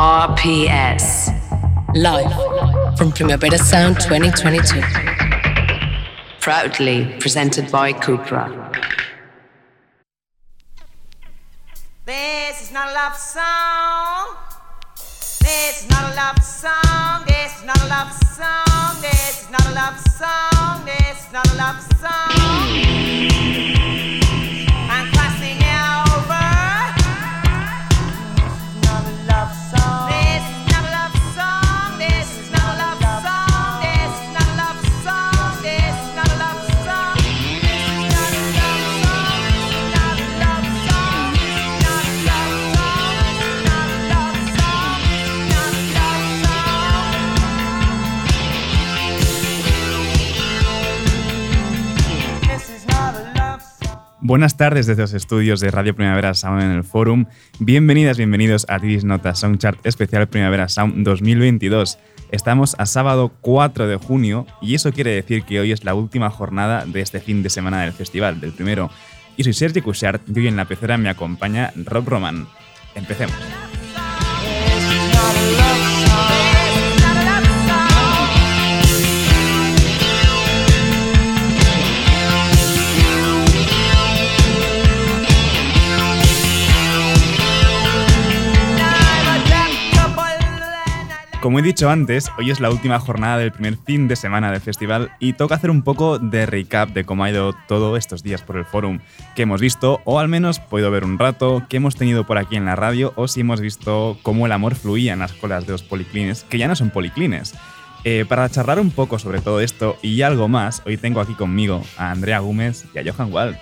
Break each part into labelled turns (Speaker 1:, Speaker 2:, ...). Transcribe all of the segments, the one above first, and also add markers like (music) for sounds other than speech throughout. Speaker 1: RPS. Live from Primavera Sound 2022. Proudly presented by Cupra.
Speaker 2: This is not a love song. This is not a love song. This is not a love song. This is not a love song. This is not a love song. I'm crossing over. This is not a love song. This is not a love song. This is not a love song. This is not a love song. This is not a love song. This is not a love song. This is not a love song. This is not a love song. This is not a love song. This is not a love song. This is not a love song.
Speaker 3: Buenas tardes desde los estudios de Radio Primavera Sound en el Forum. Bienvenidas, bienvenidos a Tidis Nota Soundchart especial Primavera Sound 2022. Estamos a sábado 4 de junio y eso quiere decir que hoy es la última jornada de este fin de semana del festival, del primero. Y soy Sergi Cushart y hoy en la pecera me acompaña Rob Roman. Empecemos. Como he dicho antes, hoy es la última jornada del primer fin de semana del festival y toca hacer un poco de recap de cómo ha ido todo estos días por el forum, qué hemos visto o al menos podido ver un rato, qué hemos tenido por aquí en la radio o si hemos visto cómo el amor fluía en las colas de los policlines, que ya no son policlines. Eh, para charlar un poco sobre todo esto y algo más, hoy tengo aquí conmigo a Andrea Gómez y a Johan Wald.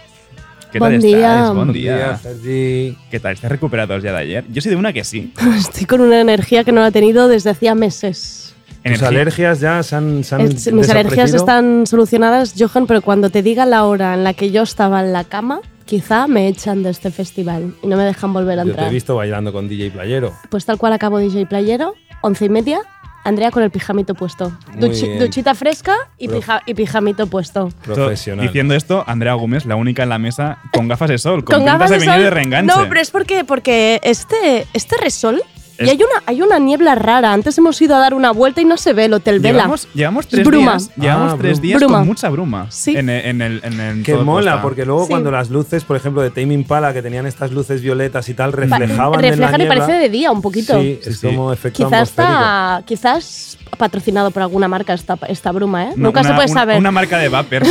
Speaker 3: ¿Qué
Speaker 4: Bon
Speaker 3: tal
Speaker 4: día.
Speaker 3: estáis? Buen
Speaker 4: Bon
Speaker 3: día.
Speaker 5: Sergi.
Speaker 3: ¿Qué tal? ¿Estáis recuperados ya de ayer? Yo soy de una que sí.
Speaker 4: Estoy con una energía que no la he tenido desde hacía meses.
Speaker 5: Tus
Speaker 3: Energía.
Speaker 5: alergias ya se han, se han
Speaker 4: Es- mis alergias
Speaker 5: desaparecido.
Speaker 4: están solucionadas, Johan, pero cuando te diga la hora en la que yo estaba en la cama, quizá me echan de este festival y no me dejan volver a
Speaker 5: Yo te he
Speaker 4: entrar.
Speaker 5: visto bailando con DJ Playero.
Speaker 4: Pues tal cual acabo DJ Playero, once y media, Andrea con el pijamito puesto.
Speaker 5: Muy
Speaker 4: Duchi-
Speaker 5: bien.
Speaker 4: duchita fresca y,
Speaker 5: Pero-
Speaker 4: pija- y pijamito puesto.
Speaker 3: Esto-
Speaker 5: Profesional.
Speaker 3: Diciendo esto, Andrea Gómez, la única en la mesa con gafas de sol,
Speaker 4: Con
Speaker 3: con
Speaker 4: gafas
Speaker 3: de venir
Speaker 4: sol.
Speaker 3: de reenganche.
Speaker 4: No, pero es porque, porque este, este resol...
Speaker 3: Es-
Speaker 4: Y hay una, hay una niebla rara. Antes hemos ido a dar una vuelta y no se ve el Hotel Vela.
Speaker 3: Llevamos, llevamos tres
Speaker 4: Bruma.
Speaker 3: días, llevamos
Speaker 5: Ah,
Speaker 3: tres
Speaker 5: bru-
Speaker 3: días
Speaker 4: bruma.
Speaker 3: con mucha bruma
Speaker 4: Sí.
Speaker 3: en, el- en el, en el-
Speaker 5: que
Speaker 3: todo
Speaker 5: mola,
Speaker 3: Costa.
Speaker 5: porque luego
Speaker 4: Sí.
Speaker 5: cuando las luces, por ejemplo, de Tame Impala, que tenían estas luces violetas y tal, reflejaban en la
Speaker 4: reflejan y
Speaker 5: niebla.
Speaker 4: parece de día un poquito.
Speaker 5: Sí,
Speaker 3: Sí,
Speaker 5: es
Speaker 3: sí.
Speaker 5: como efecto
Speaker 4: Quizás
Speaker 5: atmosférico.
Speaker 4: está, quizás patrocinado por alguna marca esta, esta bruma, ¿eh?
Speaker 3: No,
Speaker 4: Nunca se
Speaker 3: una-
Speaker 4: puede
Speaker 3: una-
Speaker 4: saber. (laughs)
Speaker 3: Una marca de vapor.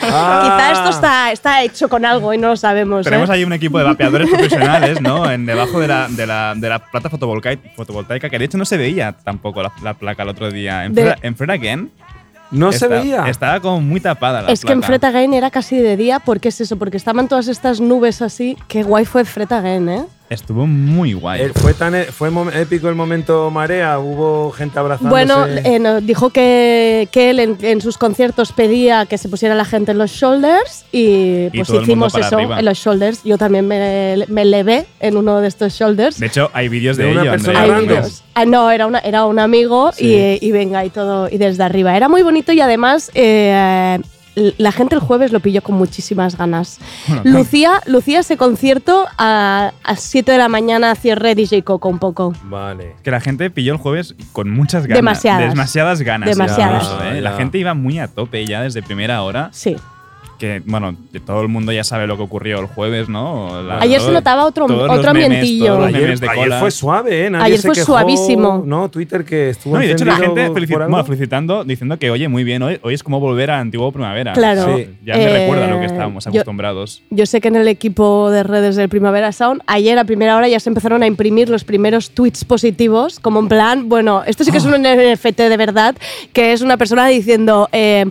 Speaker 5: Ah.
Speaker 4: Quizás esto está, está hecho con algo y no lo sabemos.
Speaker 3: Tenemos
Speaker 4: ¿eh?
Speaker 3: ahí un equipo de vapeadores profesionales, ¿no? En debajo de la, de la, de la plata fotovoltaica, fotovoltaica, que de hecho no se veía tampoco la, la placa el otro día. En,
Speaker 4: De-
Speaker 3: Fred, en Fred Again.
Speaker 5: No se
Speaker 3: esta-
Speaker 5: veía.
Speaker 3: Estaba como muy tapada la
Speaker 4: Es que en
Speaker 3: placa.
Speaker 4: Fret Again era casi de día, porque es eso, porque estaban todas estas nubes así. Qué guay fue Fret Again, ¿eh?
Speaker 3: Estuvo muy guay.
Speaker 5: Eh, fue tan e- fue mom- épico el momento marea, hubo gente abrazándose.
Speaker 4: Bueno, eh, no, dijo que, que él en, en sus conciertos pedía que se pusiera la gente en los shoulders y pues
Speaker 3: todo el mundo
Speaker 4: hicimos
Speaker 3: para
Speaker 4: eso
Speaker 3: arriba.
Speaker 4: en los shoulders. Yo también me, me levé en uno de estos shoulders.
Speaker 3: De hecho, hay vídeos de,
Speaker 5: de una
Speaker 3: ello.
Speaker 5: persona
Speaker 3: Andrea
Speaker 4: Ay,
Speaker 5: random.
Speaker 3: Gómez.
Speaker 4: Dios. Ah, no, era, una, era un amigo
Speaker 5: Sí.
Speaker 4: y, eh, y venga y todo, y desde arriba. Era muy bonito y además eh, l- la gente el jueves lo pilló con muchísimas ganas.
Speaker 3: Bueno,
Speaker 4: Lucía, Lucía ese concierto a a 7 de la mañana cierre DJ Coco un poco.
Speaker 5: Vale.
Speaker 3: que la gente pilló el jueves con muchas ganas.
Speaker 4: Demasiadas.
Speaker 3: Demasiadas ganas.
Speaker 4: Demasiadas.
Speaker 3: incluso, ¿eh?
Speaker 5: Ya,
Speaker 3: La
Speaker 5: ya.
Speaker 3: gente iba muy a tope ya desde primera hora.
Speaker 4: Sí.
Speaker 3: Que, bueno, que todo el mundo ya sabe lo que ocurrió el jueves, ¿no? La-
Speaker 4: Ayer
Speaker 3: todo-
Speaker 4: se notaba otro,
Speaker 3: todos los
Speaker 4: otro
Speaker 3: memes,
Speaker 4: ambientillo.
Speaker 3: todos los
Speaker 5: Ayer,
Speaker 3: memes de
Speaker 5: ayer
Speaker 3: cola.
Speaker 5: fue suave, ¿eh? Nadie
Speaker 4: Ayer
Speaker 5: se
Speaker 4: fue
Speaker 5: quejó,
Speaker 4: suavísimo.
Speaker 5: No, Twitter que estuvo
Speaker 3: No, y de hecho la
Speaker 5: encendido
Speaker 3: gente
Speaker 5: por
Speaker 3: felici-
Speaker 5: algo.
Speaker 3: bueno, felicitando, diciendo que, oye, muy bien, hoy, hoy es como volver a antiguo primavera.
Speaker 4: Claro.
Speaker 5: Sí.
Speaker 3: Ya me
Speaker 4: Eh,
Speaker 3: recuerda a lo que estábamos
Speaker 4: yo-
Speaker 3: acostumbrados.
Speaker 4: Yo sé que en el equipo de redes del Primavera Sound, ayer a primera hora ya se empezaron a imprimir los primeros tweets positivos, como en plan, bueno, esto sí que es un
Speaker 5: Ah.
Speaker 4: NFT de verdad, que es una persona diciendo eh,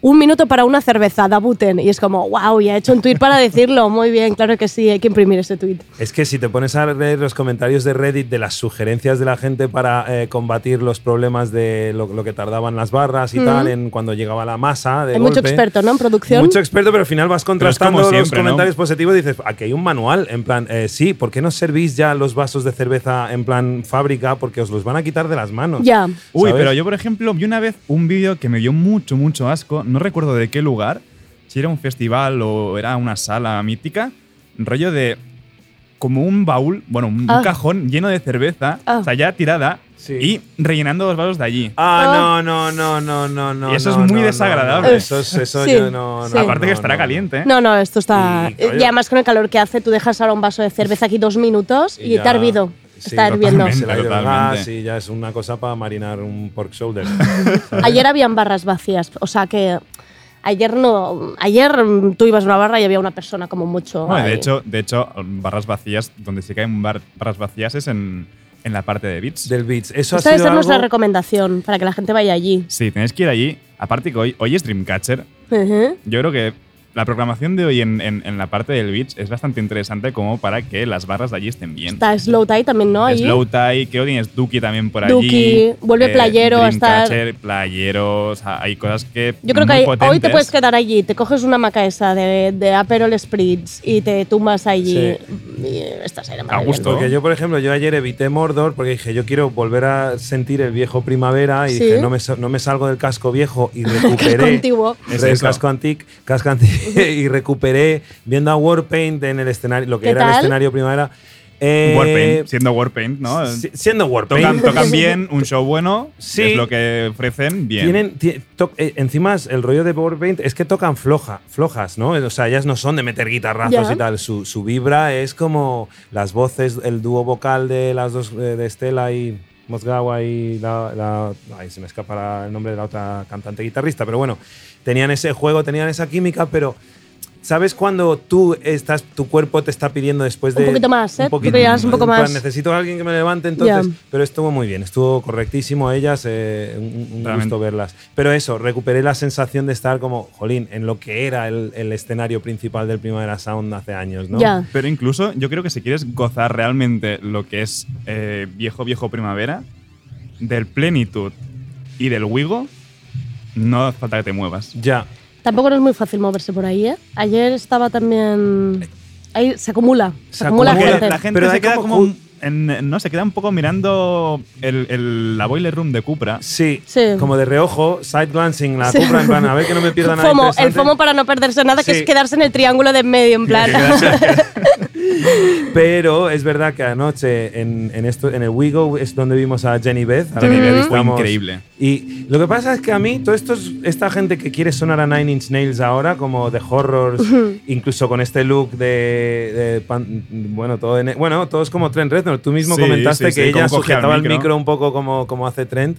Speaker 4: un minuto para una cerveza, da buten. Y es como, wow, ya he hecho un tweet para decirlo. Muy bien, claro que sí, hay que imprimir ese tweet.
Speaker 5: Es que si te pones a leer los comentarios de Reddit de las sugerencias de la gente para eh, combatir los problemas de lo, lo que tardaban las barras y tal, en cuando llegaba la masa. De
Speaker 4: hay mucho
Speaker 5: golpe.
Speaker 4: experto, ¿no? En producción.
Speaker 5: Mucho experto, pero al final vas contrastando
Speaker 3: como
Speaker 5: los
Speaker 3: siempre, ¿no?
Speaker 5: comentarios positivos y dices, aquí hay un manual, en plan, eh, sí, ¿por qué no servís ya los vasos de cerveza en plan fábrica? Porque os los van a quitar de las manos.
Speaker 4: Ya.
Speaker 3: Uy,
Speaker 5: ¿sabes?
Speaker 3: pero yo, por ejemplo, vi una vez un vídeo que me dio mucho, mucho asco. No recuerdo de qué lugar, si era un festival o era una sala mítica. Rollo de como un baúl, bueno, un
Speaker 4: Ah.
Speaker 3: cajón lleno de cerveza,
Speaker 4: Ah.
Speaker 3: o sea, ya tirada,
Speaker 5: Sí.
Speaker 3: y rellenando los vasos de allí.
Speaker 5: Ah, no, no, no, no, no, no.
Speaker 3: Y eso es
Speaker 5: no,
Speaker 3: muy
Speaker 5: no, no,
Speaker 3: desagradable.
Speaker 5: no, Eso, es- eso
Speaker 4: Sí,
Speaker 5: yo no,
Speaker 4: sí.
Speaker 5: no,
Speaker 3: Aparte
Speaker 5: no,
Speaker 3: que estará
Speaker 5: no.
Speaker 3: caliente. ¿eh?
Speaker 4: No, no, esto está. eh,
Speaker 5: Y, oye.
Speaker 4: y además con el calor que hace, tú dejas ahora un vaso de cerveza aquí dos minutos y,
Speaker 5: ya-
Speaker 4: te ha hervido.
Speaker 5: sí,
Speaker 4: está hirviendo.
Speaker 5: Se le ha ido el
Speaker 3: Totalmente.
Speaker 5: gas y ya es una cosa para marinar un
Speaker 4: (laughs)
Speaker 5: pork shoulder.
Speaker 4: Ayer habían barras vacías, o sea que. Ayer no. Ayer mm, tú ibas a una barra y había una persona como mucho.
Speaker 3: Bueno, de
Speaker 4: ahí.
Speaker 3: hecho, de hecho, barras vacías, donde sí que hay bar- barras vacías es en, en la parte de beats.
Speaker 5: Del Beats. Eso ha
Speaker 4: Esta debe
Speaker 5: sido
Speaker 4: ser nuestra
Speaker 5: algo-
Speaker 4: recomendación para que la gente vaya allí.
Speaker 3: Sí, tenéis que ir allí. Aparte que hoy, hoy es Dreamcatcher.
Speaker 4: Ujú.
Speaker 3: Yo creo que la programación de hoy en, en- en la parte del beach es bastante interesante como para que las barras de allí estén bien.
Speaker 4: Está Slow Tie también, ¿no? Ahí.
Speaker 3: Slow Tie, creo que tienes Duki también por
Speaker 4: Duki,
Speaker 3: allí. eh,
Speaker 4: vuelve Playero a estar-
Speaker 3: Dreamcatcher, Playero, o sea, hay cosas que
Speaker 4: Yo creo que
Speaker 3: muy
Speaker 4: ahí- hoy te
Speaker 3: potentes.
Speaker 4: puedes quedar allí, te coges una maca esa de, de Aperol Spritz y te tumbas allí. Y estás ahí de maravilla.
Speaker 3: gusto.
Speaker 5: Porque yo, por ejemplo, yo ayer evité Mordor porque dije, yo quiero volver a sentir el viejo primavera y
Speaker 4: Sí.
Speaker 5: dije, no me, sa- no me salgo del casco viejo
Speaker 4: (laughs)
Speaker 5: y
Speaker 4: Es
Speaker 5: recuperé.
Speaker 4: antiguo.
Speaker 3: Es
Speaker 5: el
Speaker 3: eso.
Speaker 5: casco antic, casco
Speaker 4: (laughs)
Speaker 5: antic (laughs) y recuperé viendo a Warpaint en el escenario, lo que
Speaker 4: ¿Qué
Speaker 5: era el
Speaker 4: tal?
Speaker 5: escenario primavera. Eh,
Speaker 3: Warpaint, siendo Warpaint, ¿no?
Speaker 5: si- siendo Warpaint.
Speaker 3: Tocan, tocan bien, un show bueno,
Speaker 5: Sí.
Speaker 3: es lo que ofrecen, bien.
Speaker 5: Tienen, ti- to- eh, encima es- el rollo de Warpaint es que tocan floja, flojas, ¿no? O sea, ellas no son de meter guitarrazos
Speaker 4: Ya.
Speaker 5: y tal. Su, su vibra es como las voces, el dúo vocal de las dos, eh, de Estela y Mozgawa y la, la- Ay, se me escapa la- el nombre de la otra cantante guitarrista, pero bueno, tenían ese juego, tenían esa química, pero. ¿Sabes cuando tú estás, tu cuerpo te está pidiendo después
Speaker 4: Un
Speaker 5: de.
Speaker 4: poquito más, ¿eh?
Speaker 5: Un
Speaker 4: Tú
Speaker 5: poquito
Speaker 4: querías un poco
Speaker 5: En plan,
Speaker 4: más.
Speaker 5: Necesito a alguien que me levante, entonces.
Speaker 4: Ya.
Speaker 5: Pero estuvo muy bien, estuvo correctísimo. Ellas, eh, un- un,
Speaker 3: Realmente.
Speaker 5: gusto verlas. Pero eso, recuperé la sensación de estar como, jolín, en lo que era el, el escenario principal del Primavera Sound hace años, ¿no?
Speaker 4: Ya.
Speaker 3: Pero incluso yo creo que si quieres gozar realmente lo que es eh, viejo, viejo primavera, del plenitud y del wigo, no hace falta que te muevas.
Speaker 5: Ya.
Speaker 4: Tampoco no es muy fácil moverse por ahí, ¿eh? Ayer estaba también. Ahí se acumula. Se,
Speaker 5: Se
Speaker 4: acumula,
Speaker 5: acumula.
Speaker 4: gente.
Speaker 3: Eh. la gente
Speaker 5: Pero hay
Speaker 3: se queda
Speaker 5: como
Speaker 3: como...
Speaker 5: cul-
Speaker 3: en- no, se queda un poco mirando el- el- la boiler room de Cupra. (laughs)
Speaker 5: Sí,
Speaker 4: Sí.
Speaker 5: como de reojo, side glancing, la
Speaker 4: Sí.
Speaker 5: cupra en plan, a ver que no
Speaker 4: (laughs)
Speaker 5: me pierda nada.
Speaker 4: FOMO, el
Speaker 5: interesante.
Speaker 4: FOMO para no perderse nada, que
Speaker 5: Sí.
Speaker 4: es quedarse en el triángulo de en medio, en plan.
Speaker 5: Pero es verdad que anoche en, en esto, en el WeGo es donde vimos a Jenny Beth. a la que
Speaker 3: Jenny Beth fue
Speaker 5: entrevistamos.
Speaker 3: increíble.
Speaker 5: Y lo que pasa es que a mí, toda esta gente que quiere sonar a Nine Inch Nails ahora, como de horrors, incluso con este look de. de pan- bueno, todo en- e, bueno, todo es como Trent Reznor. Tú mismo
Speaker 3: Sí,
Speaker 5: comentaste
Speaker 3: sí, sí,
Speaker 5: que
Speaker 3: cómo
Speaker 5: ella
Speaker 3: cogía el
Speaker 5: sujetaba el micro.
Speaker 3: micro.
Speaker 5: un poco como, como hace Trent.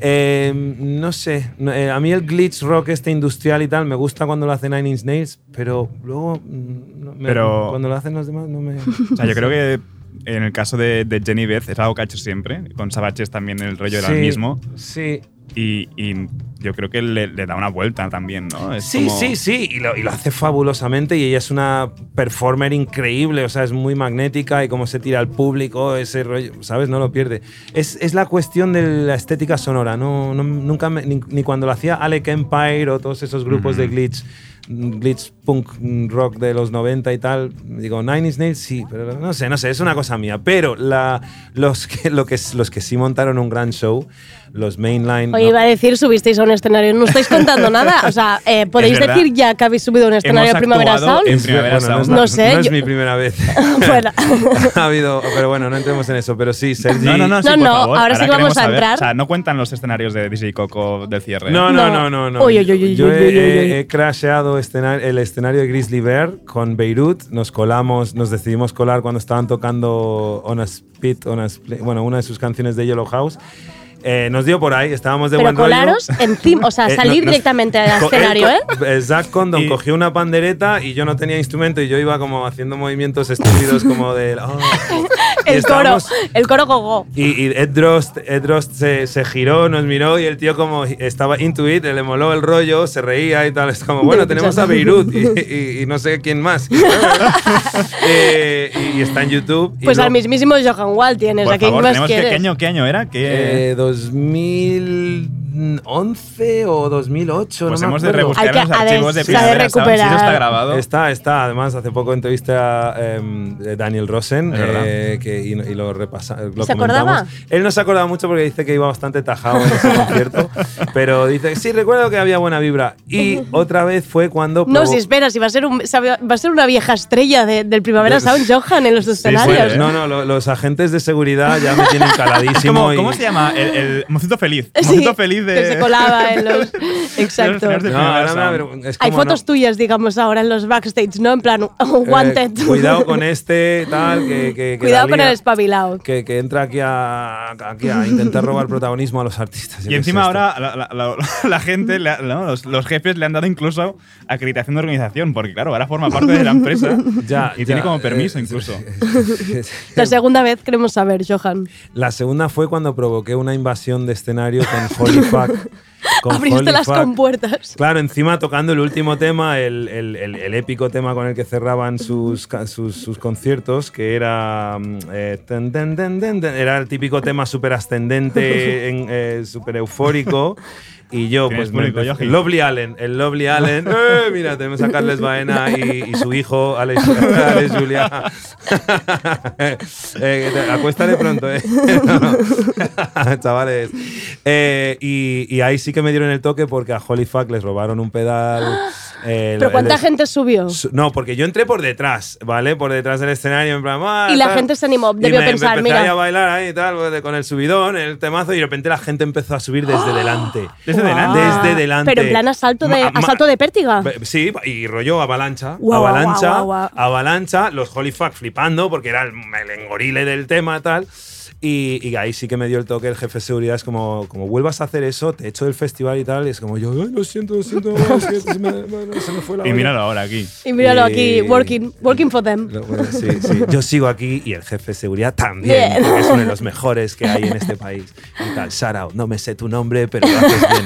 Speaker 5: Eh, no sé, no, eh, a mí el glitch rock este industrial y tal me gusta cuando lo hace Nine Inch Nails, pero luego mm, no me-
Speaker 3: Pero-
Speaker 5: cuando lo hacen los demás no me...
Speaker 3: O sea, (laughs) yo creo que en el caso de, de Jenny Beth es algo que ha hecho siempre. Con Sabaches también el rollo era
Speaker 5: Sí,
Speaker 3: el mismo.
Speaker 5: Sí,
Speaker 3: Y, y yo creo que le, le da una vuelta también, ¿no? Es
Speaker 5: sí,
Speaker 3: como-
Speaker 5: sí, sí, y lo, y lo hace fabulosamente y ella es una performer increíble, o sea, es muy magnética y cómo se tira al público, ese rollo, ¿sabes? No lo pierde. Es, es la cuestión de la estética sonora, no, no- nunca me- ni, ni cuando lo hacía Alec Empire o todos esos grupos de glitch, mm, glitch punk mm, rock de los 90 y tal, digo, Nine Inch Nails sí, pero no sé, no sé, es una cosa mía, pero la, los, que, lo que, los que sí montaron un gran show, los mainline...
Speaker 4: Oye,
Speaker 5: no-
Speaker 4: iba a decir, subisteis a un escenario, no estáis
Speaker 5: (laughs)
Speaker 4: contando nada. O sea, eh, podéis
Speaker 3: Es verdad.
Speaker 4: decir ya que habéis subido a un escenario
Speaker 3: Hemos
Speaker 4: de Primavera
Speaker 3: actuado
Speaker 4: Sound.
Speaker 3: en Primavera
Speaker 5: Bueno, es
Speaker 3: Sound.
Speaker 5: la-
Speaker 4: No sé,
Speaker 5: No es
Speaker 4: yo-
Speaker 5: mi
Speaker 4: (laughs)
Speaker 5: primera vez.
Speaker 4: Fuera.
Speaker 5: (laughs)
Speaker 4: (laughs)
Speaker 5: ha habido, pero bueno, no entremos en eso. Pero sí, Sergi.
Speaker 3: No, no, no, sí,
Speaker 4: No,
Speaker 3: por
Speaker 4: no,
Speaker 3: favor.
Speaker 4: ahora sí que vamos
Speaker 3: queremos
Speaker 4: a
Speaker 3: saber.
Speaker 4: entrar.
Speaker 3: O sea, no cuentan los escenarios de DJ Coco del cierre.
Speaker 5: No, no, no,
Speaker 4: No.
Speaker 5: no, no.
Speaker 4: Uy, uy, uy,
Speaker 5: Yo
Speaker 4: uy,
Speaker 5: he,
Speaker 4: uy, uy,
Speaker 5: he-
Speaker 4: uy.
Speaker 5: he crasheado escena- el escenario de Grizzly Bear con Beirut. Nos colamos, nos decidimos colar cuando estaban tocando On a Spit, On a Split- bueno, una de sus canciones de Yellow House. Eh, nos dio por ahí, estábamos de
Speaker 4: Pero
Speaker 5: buen rollo.
Speaker 4: colaros encima, o sea,
Speaker 5: Eh,
Speaker 4: salir
Speaker 5: no, no.
Speaker 4: directamente al
Speaker 5: Co-
Speaker 4: escenario, ¿eh?
Speaker 5: él co- Zach Condon
Speaker 3: Y-
Speaker 5: cogió una pandereta y yo no tenía instrumento y yo iba como haciendo movimientos estúpidos como
Speaker 4: (laughs)
Speaker 5: de... oh. Y
Speaker 4: El coro,
Speaker 5: estábamos-
Speaker 4: el coro gogo.
Speaker 5: Y, y Ed Drost, Ed Drost se, se giró, nos miró y el tío como estaba intuit, le moló el rollo, se reía y tal. Es como, bueno, tenemos a Beirut y, y- y no sé quién más.
Speaker 4: (laughs)
Speaker 5: Eh, y, y está en YouTube. y
Speaker 4: Pues
Speaker 5: lo-
Speaker 4: al mismísimo Johan Wall tienes,
Speaker 3: Por
Speaker 4: ¿a quién
Speaker 3: favor,
Speaker 4: más
Speaker 3: tenemos que-
Speaker 4: quieres?
Speaker 3: ¿qué año, ¿Qué año era? ¿Qué,
Speaker 5: Eh, 2011 o 2008.
Speaker 3: Pues
Speaker 5: no me
Speaker 3: hemos de
Speaker 5: acuerdo. Este,
Speaker 3: rebuscar
Speaker 4: Hay que-
Speaker 3: los
Speaker 4: ha de-
Speaker 3: archivos de
Speaker 4: se ha de
Speaker 3: Primavera Sound, si eso está
Speaker 4: recuperar.
Speaker 3: grabado.
Speaker 5: Está, está. Además, hace poco entrevisté a em, de Daniel Rosen
Speaker 3: Es verdad.
Speaker 5: eh, que, y, y lo repasamos.
Speaker 4: ¿Se acordaba?
Speaker 5: Él no se acordaba mucho porque dice que iba bastante tajado en ese
Speaker 4: (laughs)
Speaker 5: concierto. Pero dice, sí, recuerdo que había buena vibra. Y otra vez fue cuando...
Speaker 4: No,
Speaker 5: provo-
Speaker 4: si espera, si va a ser, un, sabe- va a ser una vieja estrella de- del Primavera Sound Johan en los escenarios.
Speaker 5: Bueno, no, no, lo- los agentes de seguridad ya me tienen
Speaker 3: (laughs)
Speaker 5: caladísimo.
Speaker 3: ¿Cómo,
Speaker 5: y-
Speaker 3: ¿Cómo se llama? El, el mocito feliz.
Speaker 4: (laughs)
Speaker 5: eh.
Speaker 4: Sí,
Speaker 3: Mocito feliz de.
Speaker 4: que se colaba
Speaker 5: (laughs)
Speaker 4: en los... Exacto.
Speaker 3: escenarios de
Speaker 5: No,
Speaker 3: Primavera
Speaker 5: ahora me
Speaker 3: Sound.
Speaker 5: avergü- es
Speaker 4: Hay
Speaker 5: como,
Speaker 4: fotos
Speaker 5: no,
Speaker 4: tuyas, digamos, ahora en los backstage, ¿no? En plan, (laughs) oh,
Speaker 5: eh,
Speaker 4: wanted.
Speaker 5: cuidado
Speaker 4: (laughs)
Speaker 5: con este, tal, que... que- que
Speaker 4: Cuidado
Speaker 5: la
Speaker 4: con el
Speaker 5: lía.
Speaker 4: espabilado.
Speaker 5: que, que entra aquí a, aquí a intentar robar protagonismo a los artistas.
Speaker 3: Y
Speaker 5: Yo qué
Speaker 3: encima
Speaker 5: sé,
Speaker 3: ahora la, la- la- (laughs) la gente, le ha- no, los, los jefes le han dado incluso acreditación de organización, porque claro, ahora
Speaker 5: (laughs)
Speaker 3: forma parte de la empresa
Speaker 5: esto- Ya,
Speaker 3: y tiene
Speaker 5: ya,
Speaker 3: como
Speaker 5: eh,
Speaker 3: permiso
Speaker 5: eh,
Speaker 3: incluso.
Speaker 4: La segunda vez queremos saber, Johan.
Speaker 5: (laughs) La segunda fue cuando provoqué una invasión de escenario con Holy Fuck. con
Speaker 4: Abriste
Speaker 5: Oh, Holy
Speaker 4: las
Speaker 5: Fuck.
Speaker 4: compuertas.
Speaker 5: Claro, encima tocando el último tema, el, el- el- el épico tema con el que cerraban sus, ca- sus, sus conciertos, que era. mm, eh, tan, tan, tan, tan, tan, era el típico tema súper
Speaker 4: (laughs)
Speaker 5: ascendente, en, eh, súper eufórico. Y yo,
Speaker 3: Tienes
Speaker 5: pues. me
Speaker 3: público,
Speaker 5: empecé-
Speaker 3: Yoji.
Speaker 5: Lovely Allen, el Lovely Allen. ¡Eh, mira, tenemos a Carles Baena y, y su hijo, Alex, Alex Julia. Eh, que te- acuéstale pronto, eh. (laughs) Chavales. Eh, y, y ahí sí que me dieron el toque porque a Holy Fuck les robaron
Speaker 4: (gasps)
Speaker 5: un pedal. eh,
Speaker 4: ¿Pero
Speaker 5: el-
Speaker 4: cuánta
Speaker 5: el-
Speaker 4: gente subió?
Speaker 5: su- No, porque yo entré por detrás, ¿vale? Por detrás del escenario, en plan. "Ah,
Speaker 4: Y la
Speaker 5: tal".
Speaker 4: gente se animó,
Speaker 5: Y
Speaker 4: debió
Speaker 5: me- me
Speaker 4: pensar,
Speaker 5: empecé ahí a
Speaker 4: mira,
Speaker 5: bailar ahí y tal, pues, con el subidón, el temazo, y de repente la gente empezó a subir desde delante.
Speaker 3: Desde delante.
Speaker 4: Ah,
Speaker 5: Desde delante.
Speaker 4: Pero en plan asalto de,
Speaker 5: Ma- ma-
Speaker 4: asalto de pértiga.
Speaker 5: Be- Sí, y rollo avalancha,
Speaker 4: Guau, guau,
Speaker 5: avalancha,
Speaker 4: guau, guau, guau.
Speaker 5: avalancha, los Holy Fuck flipando porque era el, el engorile del tema tal. Y, y ahí sí que me dio el toque el jefe de seguridad, es como, como vuelvas a hacer eso, te echo del festival y tal, y es como yo, "Ay, lo siento,
Speaker 4: (laughs)
Speaker 5: lo siento, es que se me, me- se me fue la
Speaker 3: Y
Speaker 5: olla".
Speaker 3: míralo ahora aquí.
Speaker 4: Y míralo
Speaker 5: Y-
Speaker 4: aquí, working, working for them.
Speaker 5: Eh, Lo- bueno, sí, sí. Yo sigo aquí y el jefe de seguridad también,
Speaker 4: Bien.
Speaker 5: porque es uno de los mejores que hay en este país. Y tal, Sarao, no me sé tu nombre, pero lo haces bien.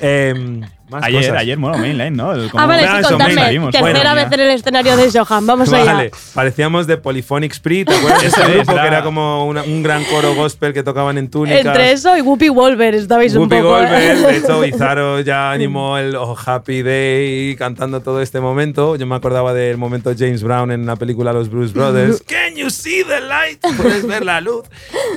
Speaker 5: Em, más
Speaker 3: Ayer,
Speaker 5: cosas.
Speaker 3: ayer, bueno, Mainline, ¿eh? ¿no? El- como-
Speaker 4: Ah, vale,
Speaker 5: Ah,
Speaker 4: sí,
Speaker 5: eso, venga,
Speaker 4: contadme.
Speaker 5: vimos.
Speaker 4: Tercera
Speaker 5: Bueno,
Speaker 4: vez en el escenario de Johan, vamos allá.
Speaker 5: Vale, parecíamos de Polyphonic Spree, ¿te acuerdas de ese
Speaker 3: Eso es,
Speaker 5: grupo
Speaker 3: la-
Speaker 5: que era como una- un gran coro gospel que tocaban en túnicas?
Speaker 4: Entre eso y Whoopi Wolver estabais
Speaker 5: Whoopi
Speaker 4: un poco... ¿eh?
Speaker 5: Goldberg,
Speaker 4: (laughs)
Speaker 5: de hecho Bizarro ya animó el Oh Happy Day cantando todo este momento. Yo me acordaba del momento James Brown en la película Los
Speaker 4: (laughs)
Speaker 5: Bruce Brothers. Can you see the light? Puedes ver la luz.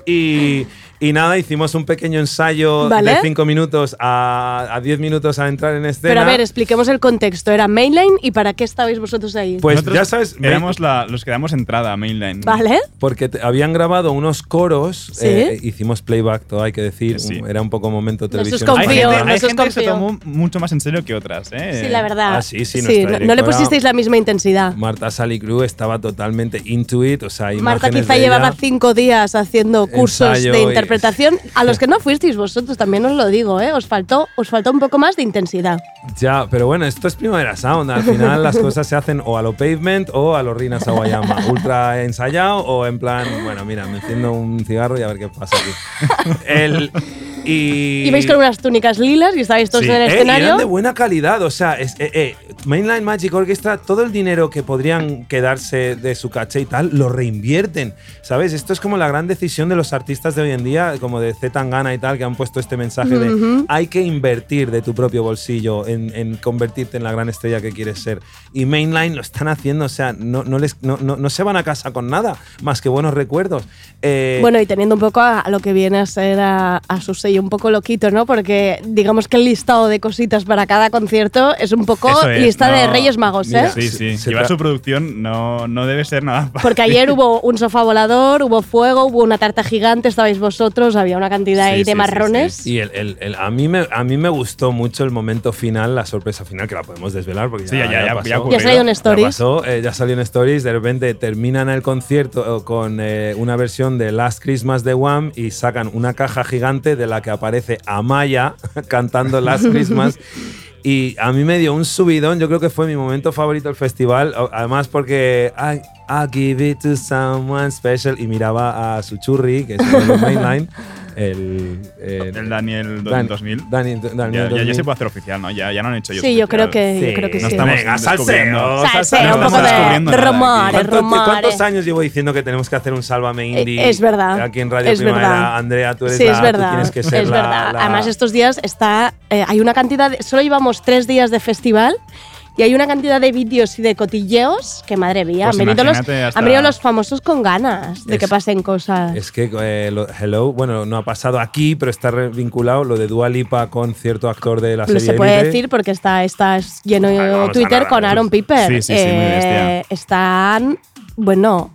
Speaker 5: Y, y nada, hicimos un pequeño ensayo
Speaker 4: Vale.
Speaker 5: de 5 minutos a a 10 minutos a entrar en escena.
Speaker 4: Pero a ver, expliquemos el contexto. ¿Era mainline y para qué estabais vosotros ahí?
Speaker 5: pues
Speaker 3: Nosotros
Speaker 5: ya sabes, me-
Speaker 3: éramos la- los que damos entrada a Mainline.
Speaker 4: ¿Vale?
Speaker 5: Porque te- habían grabado unos coros,
Speaker 4: Sí.
Speaker 5: eh, hicimos playback, todo hay que decir,
Speaker 3: Sí.
Speaker 5: era un poco momento televisión.
Speaker 3: Hay
Speaker 4: confío,
Speaker 3: gente, hay
Speaker 4: nosotros
Speaker 3: gente que se
Speaker 4: confío.
Speaker 3: tomó mucho más en serio que otras, ¿eh?
Speaker 4: Sí, la verdad.
Speaker 5: ah, sí, sí,
Speaker 4: no,
Speaker 5: nuestra
Speaker 4: no le
Speaker 5: directora-
Speaker 4: pusisteis la misma intensidad.
Speaker 5: Marta Salicru estaba totalmente into it, o sea,
Speaker 4: Marta
Speaker 5: imágenes
Speaker 4: quizá
Speaker 5: de ella.
Speaker 4: llevaba cinco días haciendo cursos
Speaker 5: Ensayo
Speaker 4: de
Speaker 5: y-
Speaker 4: interpretación, a los que no fuisteis vosotros, también os lo digo, ¿eh? os, faltó, os faltó un poco más de intensidad.
Speaker 5: Ya, pero bueno, esto es Primavera Sound, al final las cosas se hacen o a lo pavement o a los Rina Sawayama, ultra ensayado o en plan, bueno, mira, me enciendo un cigarro y a ver qué pasa
Speaker 4: (laughs)
Speaker 5: aquí. El, y,
Speaker 4: Ibais con unas túnicas lilas y estabais todos
Speaker 5: Sí.
Speaker 4: en el
Speaker 5: Eh, y
Speaker 4: escenario.
Speaker 5: eran de buena calidad, o sea, es- eh, eh, Mainline Magic Orchestra, todo el dinero que podrían quedarse de su caché y tal, lo reinvierten, ¿sabes? Esto es como la gran decisión de los artistas de hoy en día, como de Z Tangana y tal, que han puesto este mensaje de hay que invertir de tu propio bolsillo en, en convertirte en la gran estrella que quieres ser. Y Mainline lo están haciendo, o sea, no, no, les, no, no- no se van a casa con nada más que buenos recuerdos. Eh,
Speaker 4: Bueno, y teniendo un poco a, a lo que viene a ser a, a su sello un poco loquito, ¿no? Porque digamos que el listado de cositas para cada concierto es un poco
Speaker 3: Eso es,
Speaker 4: lista de
Speaker 3: no.
Speaker 4: Reyes Magos,
Speaker 5: Mira,
Speaker 4: ¿eh?
Speaker 3: Sí,
Speaker 5: Se-
Speaker 3: sí.
Speaker 5: se
Speaker 3: Llevar
Speaker 5: tra-
Speaker 3: su producción no, no debe ser nada fácil.
Speaker 4: Porque ayer hubo un sofá volador, hubo fuego, hubo una tarta gigante, estabais vosotros, había una cantidad
Speaker 3: Sí,
Speaker 4: ahí
Speaker 3: sí,
Speaker 4: de
Speaker 3: sí,
Speaker 4: marrones.
Speaker 3: sí.
Speaker 5: Y el, el- el- a, mí me, a mí me gustó mucho el momento final, la sorpresa final, que la podemos desvelar porque
Speaker 3: Sí, ya-
Speaker 5: ya,
Speaker 3: ya- ya-
Speaker 5: pasó.
Speaker 3: ya
Speaker 4: Y
Speaker 3: ocurrió.
Speaker 4: has traído un stories.
Speaker 5: Ya pasó, eh, ya salió en Stories, de repente terminan el concierto eh, con eh, una versión de Last Christmas de Wham y sacan una caja gigante de la que aparece Amaya (laughs) cantando Last
Speaker 4: (laughs)
Speaker 5: Christmas. Y a mí me dio un subidón, yo creo que fue mi momento favorito del festival, o- además porque I,
Speaker 4: (laughs)
Speaker 5: I'll give it to someone special y miraba a su churri, que es uno de los mainline, el, eh, el-
Speaker 3: El Daniel do-
Speaker 5: Dan-
Speaker 3: 2000.
Speaker 5: Daniel,
Speaker 3: Ya,
Speaker 5: Daniel
Speaker 3: ya- ya
Speaker 5: 2000.
Speaker 3: se puede hacer oficial, ¿no? Ya, ya no han hecho ellos
Speaker 4: Sí, yo creo
Speaker 3: oficial.
Speaker 4: que, yo
Speaker 5: Sí.
Speaker 4: creo que
Speaker 3: No
Speaker 4: sí.
Speaker 3: estamos
Speaker 5: Venga,
Speaker 3: descubriendo-
Speaker 5: salseo,
Speaker 4: Salseo,
Speaker 3: no
Speaker 4: un poco
Speaker 3: estamos descubriendo
Speaker 4: de
Speaker 3: nada aquí.
Speaker 4: rumores,
Speaker 5: ¿Cuánto-
Speaker 4: rumores.
Speaker 5: ¿Cuántos años llevo diciendo que tenemos que hacer un Sálvame Indie?
Speaker 4: Eh, es verdad,
Speaker 5: Aquí en Radio
Speaker 4: es
Speaker 5: Primavera,
Speaker 4: verdad.
Speaker 5: Andrea, tú eres
Speaker 4: Sí,
Speaker 5: la-
Speaker 4: es
Speaker 5: tú
Speaker 4: verdad.
Speaker 5: tienes que ser
Speaker 4: es
Speaker 5: la-
Speaker 4: verdad.
Speaker 5: la-
Speaker 4: Además, estos días está, eh, hay una cantidad. de- solo llevamos tres días de festival y hay una cantidad de vídeos y de cotilleos que, madre mía,
Speaker 3: Pues
Speaker 4: han, venido los,
Speaker 3: imagínate hasta-
Speaker 4: han venido los famosos con ganas de
Speaker 5: Es-
Speaker 4: que pasen cosas.
Speaker 5: Es que eh, lo- Hello, bueno, no ha pasado aquí, pero está re- vinculado lo de Dua Lipa con cierto actor de la
Speaker 4: Lo
Speaker 5: serie.
Speaker 4: se puede
Speaker 5: Élite.
Speaker 4: decir porque está, está lleno
Speaker 5: Ah, no vamos a
Speaker 4: Twitter
Speaker 5: hablar,
Speaker 4: con
Speaker 5: pues,
Speaker 4: Aaron Piper. Eh,
Speaker 3: sí, sí, sí, muy bestia.
Speaker 4: están, bueno,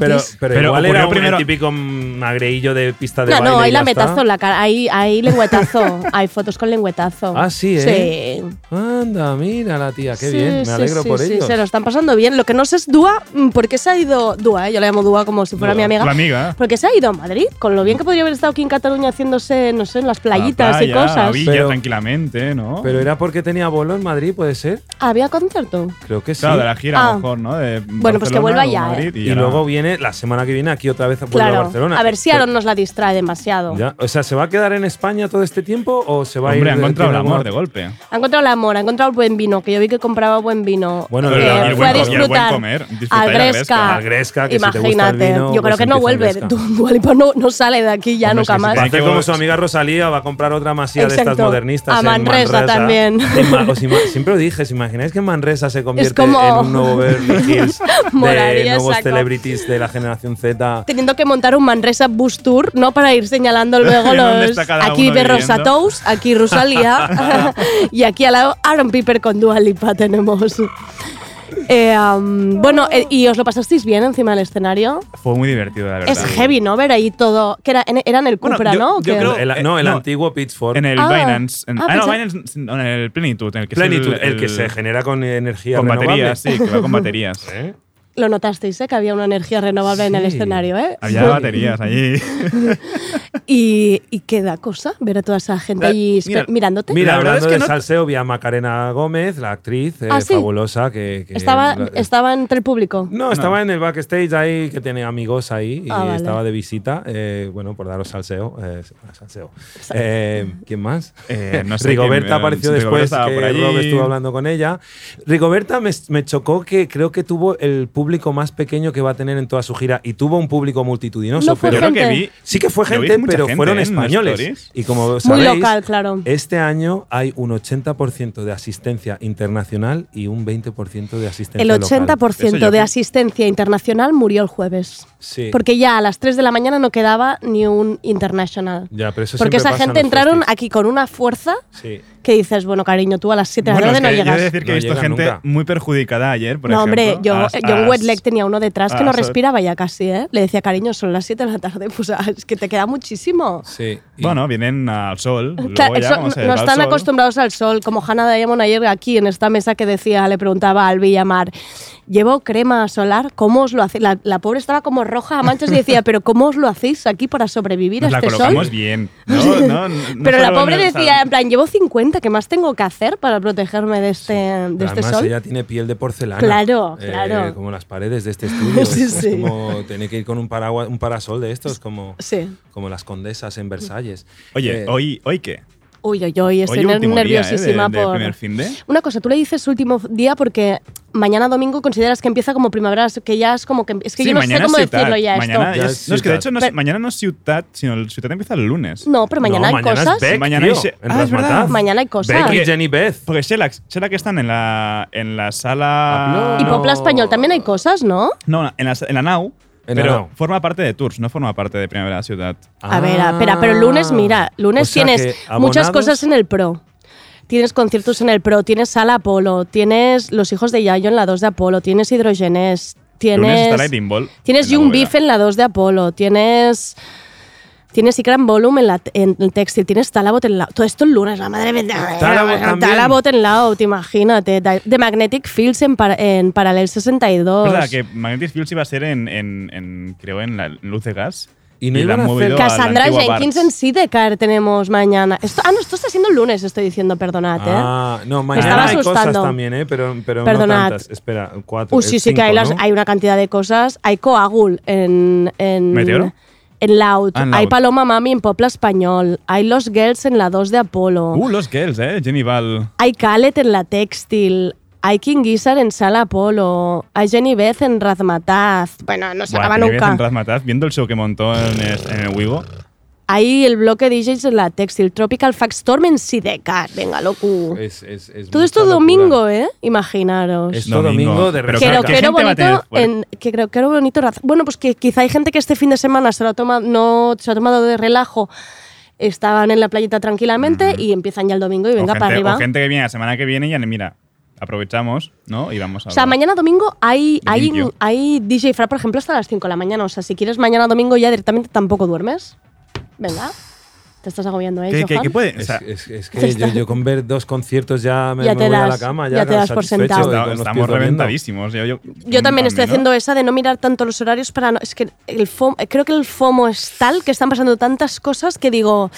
Speaker 5: Pero,
Speaker 4: hotis.
Speaker 5: pero,
Speaker 3: Pero
Speaker 5: igual era
Speaker 3: ocurrió
Speaker 5: un
Speaker 3: primero-
Speaker 5: típico magreillo de pista de
Speaker 4: no,
Speaker 5: baile.
Speaker 4: no, hay
Speaker 5: y ya está.
Speaker 4: lametazo en la cara, hay, hay lengüetazo, (laughs) hay fotos con lengüetazo.
Speaker 5: Ah, sí, ¿eh?
Speaker 4: Sí.
Speaker 5: Anda, mira la tía, qué
Speaker 4: Sí,
Speaker 5: bien, me
Speaker 4: sí,
Speaker 5: alegro
Speaker 4: sí,
Speaker 5: por
Speaker 4: sí,
Speaker 5: ellos.
Speaker 4: se lo están pasando bien. Lo que no sé es Dúa, mm, ¿por qué se ha ido Dúa? eh? Yo la llamo Dúa como si fuera mi amiga.
Speaker 3: La amiga.
Speaker 4: Porque se ha ido a Madrid, con lo bien que podría haber estado aquí en Cataluña haciéndose, no sé, en las playitas
Speaker 3: A la
Speaker 4: y
Speaker 3: playa, a
Speaker 4: cosas.
Speaker 3: la villa,
Speaker 5: Pero-
Speaker 3: tranquilamente, ¿no?
Speaker 5: Pero era porque tenía bolo en Madrid, ¿puede ser?
Speaker 4: Había concierto.
Speaker 5: Creo que sí.
Speaker 3: Claro, de la gira a
Speaker 4: Ah.
Speaker 3: lo mejor, ¿no? De
Speaker 4: Bueno, pues que
Speaker 3: Barcelona
Speaker 4: vuelva
Speaker 3: o
Speaker 4: ya,
Speaker 3: Madrid
Speaker 5: y
Speaker 3: ya.
Speaker 5: luego viene la semana que viene aquí otra vez vuelve a
Speaker 4: Claro.
Speaker 5: Barcelona.
Speaker 4: A ver si
Speaker 5: Pero-
Speaker 4: Aaron nos la distrae demasiado.
Speaker 5: Ya, O sea, ¿se va a quedar en España todo este tiempo o se va
Speaker 3: Hombre,
Speaker 5: a
Speaker 3: ha
Speaker 5: ir?
Speaker 3: encontrado el
Speaker 5: tiene
Speaker 3: amor de
Speaker 5: alguna-
Speaker 3: golpe.
Speaker 4: Ha encontrado el amor, ha encontrado el buen vino, que yo vi que compraba buen vino.
Speaker 5: Bueno,
Speaker 4: Eh,
Speaker 5: y el- y el
Speaker 4: fue
Speaker 5: buen
Speaker 4: a
Speaker 5: com- y el
Speaker 3: buen
Speaker 4: disfrutar.
Speaker 3: comer, disfrutar
Speaker 4: Al
Speaker 3: y al Gresca.
Speaker 4: Gresca.
Speaker 5: Al Gresca, que si te gusta el
Speaker 4: Imagínate.
Speaker 5: vino,
Speaker 4: yo creo
Speaker 5: pues
Speaker 4: que no
Speaker 5: empieza el
Speaker 4: vuelve.
Speaker 5: Gresca.
Speaker 4: Du- (laughs) Dua Lipa no, no sale de aquí ya
Speaker 3: Hombre,
Speaker 4: nunca
Speaker 3: es que
Speaker 4: más.
Speaker 3: se
Speaker 5: Va a
Speaker 3: Hay que
Speaker 5: hacer como
Speaker 3: vol-
Speaker 5: su amiga Rosalía, va a comprar otra masía de
Speaker 4: Exacto.
Speaker 5: estas modernistas.
Speaker 4: A
Speaker 5: en
Speaker 4: Manresa también.
Speaker 5: En Ma- os ima- siempre lo dije, ¿os imagináis que Manresa se convierte
Speaker 4: como-
Speaker 5: en un
Speaker 4: (laughs)
Speaker 5: nuevo Beverly Hills de
Speaker 4: Molaría,
Speaker 5: nuevos
Speaker 4: saco.
Speaker 5: celebrities de la generación Z?
Speaker 4: teniendo que montar un Manresa Bus Tour, ¿no? Para ir señalando luego
Speaker 3: ¿En dónde
Speaker 4: los.
Speaker 3: está cada
Speaker 4: Aquí
Speaker 3: uno
Speaker 4: Berro
Speaker 3: viviendo?
Speaker 4: Satous, aquí Rosalía (laughs) y aquí al lado Aaron Piper con Dua Lipa tenemos. Eh, am, bueno, eh, ¿y os lo pasasteis bien encima del escenario?
Speaker 3: Fue muy divertido, la verdad.
Speaker 4: Es heavy, ¿no? Ver ahí todo. Que era, en- era en el
Speaker 3: Pues Bueno,
Speaker 4: Cupra,
Speaker 3: yo-
Speaker 4: ¿no? ¿O
Speaker 3: yo
Speaker 4: qué?
Speaker 3: creo-
Speaker 5: El-
Speaker 3: eh,
Speaker 5: no, el
Speaker 3: no.
Speaker 5: antiguo Pitchfork.
Speaker 3: En el
Speaker 4: Ah.
Speaker 3: Binance. En,
Speaker 4: Ah,
Speaker 3: ah, no,
Speaker 4: pensé-
Speaker 3: Binance, no, en el Plenitude. En el que es
Speaker 5: Plenitud, el, que se genera con energía
Speaker 3: Con
Speaker 5: renovable.
Speaker 3: baterías, sí, que va con
Speaker 5: (laughs)
Speaker 3: baterías.
Speaker 5: ¿Eh?
Speaker 4: Lo notasteis, ¿eh? Que había una energía renovable en el
Speaker 5: Sí.
Speaker 4: escenario, ¿eh?
Speaker 3: Había baterías
Speaker 4: (laughs)
Speaker 3: allí.
Speaker 4: Y, y qué da cosa ver a toda esa gente
Speaker 3: La-
Speaker 4: allí espe-
Speaker 3: mira,
Speaker 4: mirándote.
Speaker 5: Mira,
Speaker 3: La verdad
Speaker 5: hablando
Speaker 3: es que
Speaker 5: de
Speaker 3: no-
Speaker 5: salseo, vi a Macarena Gómez, la actriz eh,
Speaker 4: Ah, sí.
Speaker 5: fabulosa que... que-
Speaker 3: eh,
Speaker 4: estaba,
Speaker 5: la-
Speaker 4: estaba entre el público.
Speaker 5: No, estaba en el backstage ahí, que tiene amigos ahí, y
Speaker 4: Ah, vale.
Speaker 5: estaba de visita, eh, bueno, por daros salseo. eh, salseo. Eh, ¿Quién más?
Speaker 3: Eh, no sé
Speaker 5: Rigoberta
Speaker 3: quién, eh,
Speaker 5: apareció
Speaker 3: Rigoberta
Speaker 5: después,
Speaker 3: estaba
Speaker 5: que
Speaker 3: por allí.
Speaker 5: Rob estuvo hablando con ella. Rigoberta me, me chocó que creo que tuvo el público más pequeño que va a tener en toda su gira, y tuvo un público multitudinoso,
Speaker 4: No fue
Speaker 5: pero...
Speaker 3: Yo creo que
Speaker 4: gente.
Speaker 3: vi.
Speaker 5: Sí que fue
Speaker 3: yo vi
Speaker 5: gente,
Speaker 3: mucha
Speaker 5: pero
Speaker 3: gente,
Speaker 5: fueron
Speaker 3: ¿eh? en
Speaker 5: españoles.
Speaker 3: stories.
Speaker 5: Y como
Speaker 4: Muy
Speaker 5: sabéis,
Speaker 4: local, claro.
Speaker 5: este año hay un 80% de asistencia internacional y un 20% de asistencia
Speaker 4: El
Speaker 5: local.
Speaker 4: 80%
Speaker 3: Eso yo
Speaker 4: de
Speaker 3: creo.
Speaker 4: asistencia internacional murió el jueves.
Speaker 5: Sí.
Speaker 4: Porque ya a las 3 de la mañana no quedaba ni un international.
Speaker 5: Ya, pero eso
Speaker 4: Porque
Speaker 5: siempre
Speaker 4: esa
Speaker 5: pasa en
Speaker 4: gente
Speaker 5: los
Speaker 4: entraron
Speaker 5: festis.
Speaker 4: aquí con una fuerza
Speaker 5: Sí.
Speaker 4: que dices, bueno, cariño, tú a las 7 de la
Speaker 3: Bueno,
Speaker 4: tarde
Speaker 3: es que yo
Speaker 4: no
Speaker 3: he de
Speaker 4: llegas.
Speaker 3: decir que
Speaker 5: No
Speaker 3: he visto
Speaker 5: llegan
Speaker 3: gente
Speaker 5: nunca.
Speaker 3: muy perjudicada ayer, por
Speaker 4: no,
Speaker 3: ejemplo.
Speaker 4: hombre, yo,
Speaker 3: As-
Speaker 4: John
Speaker 3: as-
Speaker 4: Wedleck tenía uno detrás que
Speaker 3: ah,
Speaker 4: no
Speaker 3: so-
Speaker 4: respiraba ya casi, ¿eh? Le decía, cariño, son las 7 de la tarde, (laughs) pues ah, es que te queda muchísimo.
Speaker 5: Sí. Y-
Speaker 3: Bueno, vienen al sol. luego
Speaker 4: Claro,
Speaker 3: ya,
Speaker 4: eso-
Speaker 3: como se
Speaker 4: no
Speaker 3: va al
Speaker 4: están
Speaker 3: sol.
Speaker 4: acostumbrados al sol, como Hannah Diamond ayer aquí en esta mesa que decía, le preguntaba al Villamar, llevo crema solar, ¿cómo os lo hacéis? La, la pobre estaba como roja a manchas y decía, pero ¿cómo os lo hacéis aquí para sobrevivir
Speaker 3: Nos
Speaker 4: a
Speaker 3: la
Speaker 4: este
Speaker 3: colocamos
Speaker 4: sol?
Speaker 3: bien.
Speaker 4: (laughs)
Speaker 3: No, no, no
Speaker 4: Pero la
Speaker 3: solo
Speaker 4: pobre
Speaker 3: en el-
Speaker 4: decía, en plan, llevo 50, ¿qué más tengo que hacer para protegerme de este, de
Speaker 5: Pero
Speaker 4: este
Speaker 5: además
Speaker 4: sol?
Speaker 5: ella tiene piel de porcelana.
Speaker 4: Claro,
Speaker 5: Eh,
Speaker 4: claro.
Speaker 5: Como las
Speaker 4: (laughs)
Speaker 5: paredes de este estudio.
Speaker 4: Sí,
Speaker 5: es, es
Speaker 4: sí.
Speaker 5: como tener que ir con un paraguas, un parasol de estos, como,
Speaker 4: Sí.
Speaker 5: como las condesas en Versalles.
Speaker 3: Oye,
Speaker 5: Eh,
Speaker 3: hoy, hoy qué?
Speaker 4: Uy, uy, uy, estoy
Speaker 3: hoy
Speaker 4: ner-
Speaker 3: último día, ¿eh? de-
Speaker 4: nerviosísima
Speaker 3: del
Speaker 4: por...
Speaker 3: primer fin de.
Speaker 4: Una cosa, tú le dices último día porque mañana domingo consideras que empieza como primavera, que ya es como que... Es que
Speaker 3: Sí,
Speaker 4: yo no sé
Speaker 3: mañana
Speaker 4: cómo
Speaker 3: es ciutat.
Speaker 4: decirlo ya
Speaker 3: Mañana ya
Speaker 5: esto. Ya
Speaker 3: es-
Speaker 5: es
Speaker 3: no, es que de hecho no es-
Speaker 4: ciutat.
Speaker 3: mañana no es ciudad, sino el ciudad empieza el lunes.
Speaker 4: No, pero mañana hay
Speaker 5: mañana es
Speaker 4: cosas.
Speaker 5: Beck,
Speaker 3: Mañana
Speaker 5: tío,
Speaker 3: hay se-
Speaker 5: en
Speaker 3: Ah, es verdad.
Speaker 5: Razzmatazz.
Speaker 4: Mañana hay cosas.
Speaker 5: Beck y
Speaker 3: Porque-
Speaker 5: Jenny Beth.
Speaker 3: Porque Shellac, Shellac están en la, en la sala.
Speaker 4: Y
Speaker 5: Hablo-
Speaker 4: Popla Español también hay cosas, ¿no?
Speaker 3: No, en la, en la Nau.
Speaker 5: En la
Speaker 3: pero
Speaker 5: Nau.
Speaker 3: forma parte de Tours, no forma parte de Primavera Ciudad.
Speaker 4: A ver, espera, pero el lunes, mira, lunes
Speaker 5: Ah. O sea
Speaker 4: tienes
Speaker 5: que
Speaker 4: muchas
Speaker 5: abonados-
Speaker 4: cosas en el pro. Tienes conciertos en el pro, tienes Sala Apolo, tienes Los Hijos de Yayo en la 2 de Apolo, tienes
Speaker 3: Lunes
Speaker 4: Hidrogenes,
Speaker 3: está
Speaker 4: tienes.
Speaker 3: Lightning Ball.
Speaker 4: Tienes
Speaker 3: en la
Speaker 4: Young
Speaker 3: bóveda.
Speaker 4: Beef en la 2 de Apolo, tienes. Tienes Icran Volum en, la, en el textil, tienes Talabot en la. Todo esto el lunes, la madre mía.
Speaker 5: Talabot también.
Speaker 4: Talabot en la out, imagínate. The Magnetic Fields en, para- en Paralel 62.
Speaker 3: Es verdad que Magnetic Fields iba a ser en, en, en- creo, en la luz de gas.
Speaker 5: Y no
Speaker 3: la han
Speaker 5: iban a hacer-
Speaker 3: movido la
Speaker 4: Cassandra
Speaker 3: antigua
Speaker 4: Jenkins
Speaker 3: Barts.
Speaker 4: en Sidecar tenemos mañana. Esto, ah, no, esto está siendo el lunes, estoy diciendo, perdonad, ¿eh?
Speaker 5: Ah, no, mañana
Speaker 4: estaba
Speaker 5: hay
Speaker 4: asustando.
Speaker 5: cosas también, ¿eh? pero, pero no
Speaker 4: Perdonad.
Speaker 5: tantas. Espera, cuatro.
Speaker 4: Uy,
Speaker 5: eh,
Speaker 4: Uh, sí, sí que
Speaker 5: cinco,
Speaker 4: hay, las-
Speaker 5: ¿no?
Speaker 4: hay una cantidad de cosas. Hay Coagul en... en
Speaker 3: ¿Meteoro?
Speaker 4: en Loud,
Speaker 3: Ah, en
Speaker 4: hay
Speaker 3: Loud.
Speaker 4: Paloma Mami en Poble Español, hay Los Girls en la 2 de Apolo,
Speaker 3: Uh, los girls, ¿eh? Jenny Val.
Speaker 4: hay Calet en la Textil, hay King Gizzard en Sala Apolo, hay Jenny Beth en Razmataz, bueno, no se
Speaker 3: Buah,
Speaker 4: acaba
Speaker 3: Jenny Beth
Speaker 4: nunca.
Speaker 3: en Razmataz, viendo el show que montó en el, en el Wigo.
Speaker 4: Hay el bloque DJs en la Textil, Tropical Factstorm en Sidecar, venga,
Speaker 3: Eh,
Speaker 4: loco.
Speaker 5: Es- es- es
Speaker 4: Todo
Speaker 5: mucha
Speaker 4: esto
Speaker 5: locura.
Speaker 4: domingo, ¿eh? Imaginaros.
Speaker 5: Es domingo, de
Speaker 3: Pero
Speaker 4: Creo
Speaker 5: resaca.
Speaker 3: claro,
Speaker 4: que
Speaker 3: ¿qué
Speaker 4: era
Speaker 3: gente va a tener
Speaker 4: bonito,
Speaker 3: fuera?
Speaker 4: en- que creo que era bonito. raz- Bueno, pues que quizá hay gente que este fin de semana se lo ha tomado, no se lo ha tomado de relajo. Estaban en la playita tranquilamente y empiezan ya el domingo y
Speaker 3: O
Speaker 4: venga
Speaker 3: gente-
Speaker 4: para arriba.
Speaker 3: O gente que viene la semana que viene y ya, mira, aprovechamos, ¿no? Y vamos a.
Speaker 4: O sea, mañana domingo hay,
Speaker 3: De
Speaker 4: hay,
Speaker 3: limpio.
Speaker 4: hay DJ Fra, por ejemplo, hasta las 5 de la mañana. O sea, si quieres mañana domingo ya directamente tampoco duermes. Venga. Te estás agobiando, ¿eh?
Speaker 3: ¿Qué, qué-
Speaker 4: Johan?
Speaker 3: qué puede? O
Speaker 5: Es,
Speaker 3: sea,
Speaker 5: es- es
Speaker 4: (laughs)
Speaker 5: que yo, yo con ver dos conciertos ya me,
Speaker 4: Ya
Speaker 5: me
Speaker 4: te
Speaker 5: voy a
Speaker 4: das-
Speaker 5: la cama. Ya,
Speaker 4: ya te das por
Speaker 5: satisfecho
Speaker 4: sentado.
Speaker 5: y con
Speaker 3: está-
Speaker 5: los pies
Speaker 3: estamos
Speaker 5: doliendo.
Speaker 3: reventadísimo. Yo, yo-
Speaker 4: Yo también estoy
Speaker 3: también, ¿no?
Speaker 4: haciendo esa de no mirar tanto los horarios para no, es que el FOMO, creo que el FOMO es tal que están pasando tantas cosas que digo,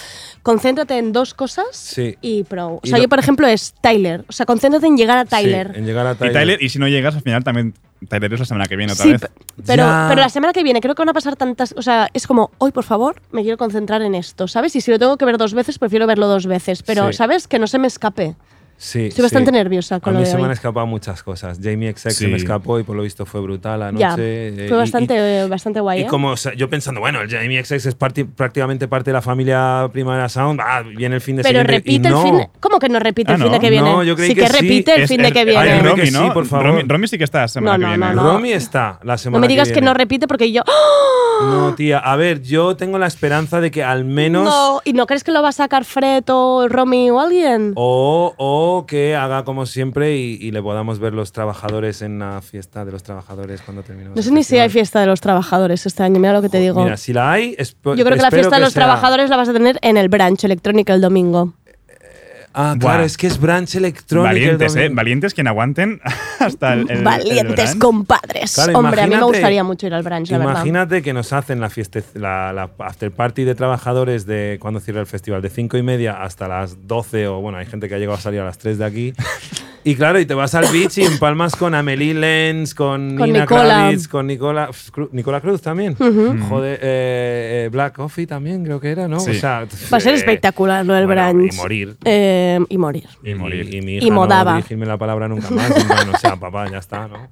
Speaker 4: concéntrate en dos cosas
Speaker 5: Sí.
Speaker 4: y pro. O
Speaker 5: Y
Speaker 4: sea,
Speaker 5: lo-
Speaker 4: yo por ejemplo es Tyler, o sea, concéntrate en llegar a
Speaker 5: Sí,
Speaker 4: Tyler.
Speaker 5: en llegar a
Speaker 3: Y
Speaker 5: Tyler.
Speaker 3: Tyler, y si no llegas al final también Tyler es la semana que viene otra
Speaker 4: Sí,
Speaker 3: vez.
Speaker 4: pe- pero,
Speaker 5: Ya.
Speaker 4: pero la semana que viene creo que van a pasar tantas, o sea, es como, hoy por favor, me quiero concentrar en esto, ¿sabes? Y si lo tengo que ver dos veces, prefiero verlo dos veces, pero
Speaker 5: Sí.
Speaker 4: ¿sabes? Que no se me escape.
Speaker 5: Sí,
Speaker 4: Estoy bastante
Speaker 5: sí.
Speaker 4: nerviosa con
Speaker 5: a
Speaker 4: lo
Speaker 5: mí
Speaker 4: de
Speaker 5: se me
Speaker 4: hoy.
Speaker 5: han escapado muchas cosas. Jamie XX se
Speaker 3: Sí.
Speaker 5: me escapó y por lo visto fue brutal anoche.
Speaker 4: Ya,
Speaker 5: eh,
Speaker 4: fue
Speaker 5: y-
Speaker 4: bastante,
Speaker 5: y-
Speaker 4: eh, bastante guay.
Speaker 5: Y
Speaker 4: ¿eh?
Speaker 5: como o sea, yo pensando, bueno, el Jamie XX es parti- prácticamente parte de la familia Primavera Sound, ah, viene el fin de
Speaker 4: Pero
Speaker 5: siguiente, y
Speaker 4: repite
Speaker 5: no.
Speaker 4: el fin. de- ¿Cómo que no repite
Speaker 3: Ah,
Speaker 4: el fin de
Speaker 3: no.
Speaker 4: que viene?
Speaker 5: No, yo creí
Speaker 4: sí
Speaker 5: que
Speaker 4: que,
Speaker 5: sí.
Speaker 4: repite el
Speaker 3: Es-
Speaker 4: fin de
Speaker 3: es-
Speaker 4: que
Speaker 3: ay,
Speaker 4: viene.
Speaker 5: Romy,
Speaker 3: Romy,
Speaker 5: que sí,
Speaker 3: ¿no?
Speaker 5: por favor.
Speaker 3: Romy, Romy sí que está la semana
Speaker 4: No,
Speaker 3: que
Speaker 4: no,
Speaker 3: viene.
Speaker 4: no,
Speaker 5: Romy está la semana
Speaker 4: No me digas que,
Speaker 5: viene.
Speaker 4: no repite porque yo. ¡Ah!
Speaker 5: No, tía. A ver, yo tengo la esperanza de que al menos.
Speaker 4: No, ¿y no crees que lo va a sacar Fred o Romy o alguien?
Speaker 5: Oh, O, o que haga como siempre y, y le podamos ver los trabajadores en la fiesta de los trabajadores cuando terminemos.
Speaker 4: no
Speaker 5: el
Speaker 4: sé ni si hay
Speaker 5: festival.
Speaker 4: fiesta de los trabajadores este año, mira lo que te digo.
Speaker 5: Mira, si la hay, esp-
Speaker 4: yo creo que la
Speaker 5: espero
Speaker 4: fiesta de los
Speaker 5: sea-
Speaker 4: trabajadores la vas a tener en el branch electrónica el domingo.
Speaker 5: Ah, claro,
Speaker 3: Buah.
Speaker 5: es que es branch electrónica. el
Speaker 3: Valientes, ¿eh?
Speaker 5: domingo.
Speaker 3: Valientes quien aguanten (laughs) hasta el. el- el
Speaker 4: Valientes
Speaker 3: verano.
Speaker 4: compadres.
Speaker 5: Claro,
Speaker 4: Hombre, a mí me
Speaker 5: imagínate-
Speaker 4: gustaría mucho ir al branch, la verdad.
Speaker 5: Imagínate que nos hacen la fiesta, la, la after party de trabajadores de cuando cierra el festival, de 5 y media hasta las 12, o bueno, hay gente que ha llegado a salir a las 3 de aquí. Y claro, y te vas al beach y empalmas con Amelie Lenz, con,
Speaker 4: Con
Speaker 5: Nina
Speaker 4: Nicola.
Speaker 5: Kravitz, con Nicola, pf, Cru- Nicola Cruz también. Joder, eh, eh, Black Coffee también creo que era, ¿no?
Speaker 3: Sí.
Speaker 5: O sea,
Speaker 4: Va a ser
Speaker 5: eh,
Speaker 4: espectacular lo del
Speaker 5: bueno,
Speaker 4: branch.
Speaker 5: Y morir.
Speaker 4: Eh, y morir.
Speaker 3: Y morir.
Speaker 5: Y, mi
Speaker 4: Y
Speaker 5: hija no
Speaker 4: modaba.
Speaker 5: dirigirme la palabra nunca más. en plan, o sea, papá, ya
Speaker 3: (laughs)
Speaker 5: está, ¿no?
Speaker 3: No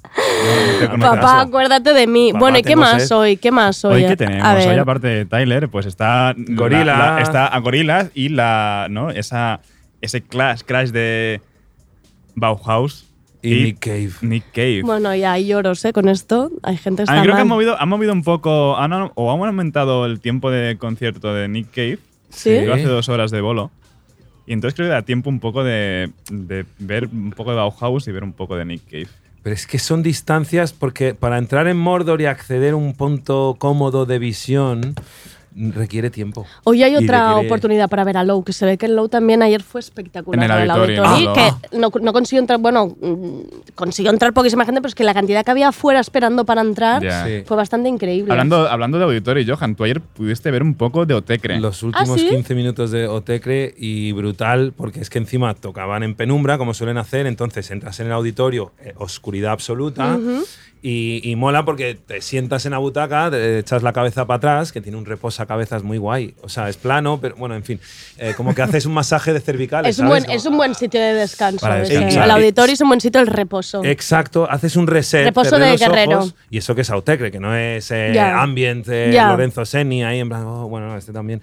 Speaker 3: te
Speaker 4: Papá,
Speaker 5: caso.
Speaker 4: acuérdate de mí.
Speaker 5: Papá,
Speaker 4: bueno, ¿y qué
Speaker 5: tengo
Speaker 4: más
Speaker 5: sed.
Speaker 4: hoy? ¿Qué más hoy?
Speaker 3: Hoy que tenemos,
Speaker 4: A ver.
Speaker 3: hoy aparte de Tyler, pues está
Speaker 5: Gorillaz.
Speaker 3: la- la- está a Gorilas y la, ¿no? Esa ese clash crash de Bauhaus
Speaker 5: Y Nick Cave.
Speaker 3: Nick Cave.
Speaker 4: Bueno, ya hay lloros ¿eh? con esto. Hay gente que
Speaker 3: Ah,
Speaker 4: está
Speaker 3: creo que
Speaker 4: mal.
Speaker 3: han movido, han movido un poco han- o han aumentado el tiempo de concierto de Nick Cave.
Speaker 4: ¿Sí?
Speaker 3: Creo hace dos horas de bolo. Y entonces creo que da tiempo un poco de, de ver un poco de Bauhaus y ver un poco de Nick Cave.
Speaker 5: Pero es que son distancias porque para entrar en Mordor y acceder a un punto cómodo de visión requiere tiempo.
Speaker 4: Hoy hay
Speaker 5: Y
Speaker 4: otra
Speaker 5: requiere-
Speaker 4: oportunidad para ver a Low, que se ve que el Low también ayer fue espectacular.
Speaker 3: En el
Speaker 4: lo del
Speaker 3: auditorio,
Speaker 4: auditorio,
Speaker 3: ¿no?
Speaker 4: que no, no consiguió entrar, bueno, mm, consiguió entrar poquísima gente, pero es que la cantidad que había afuera esperando para entrar
Speaker 3: Ya.
Speaker 5: Sí.
Speaker 4: fue bastante increíble.
Speaker 3: Hablando, hablando de auditorio, Johan, tú ayer pudiste ver un poco de Otecre.
Speaker 5: Los últimos
Speaker 4: Ah, sí?
Speaker 5: 15 minutos de Otecre y brutal, porque es que encima tocaban en penumbra, como suelen hacer, entonces entras en el auditorio, eh, oscuridad absoluta, y, y mola porque te sientas en la butaca, te echas la cabeza para atrás, que tiene un reposacabezas muy guay. O sea, es plano, pero bueno, en fin, eh, como que haces un masaje de cervicales.
Speaker 4: es, un
Speaker 5: ¿sabes?
Speaker 4: buen,
Speaker 5: Como-
Speaker 4: es un buen sitio de descanso.
Speaker 3: Para
Speaker 4: ese.
Speaker 5: descansar.
Speaker 4: El auditorio es un buen sitio el reposo.
Speaker 5: Exacto, haces un reset.
Speaker 4: Reposo
Speaker 5: cerré
Speaker 4: de
Speaker 5: los
Speaker 4: guerrero.
Speaker 5: ojos, y eso que es Autecre, que no es eh,
Speaker 4: Ya.
Speaker 5: Ambient, eh,
Speaker 4: Ya.
Speaker 5: Lorenzo Seni, ahí en plan, oh, bueno,
Speaker 4: (laughs)
Speaker 5: este también.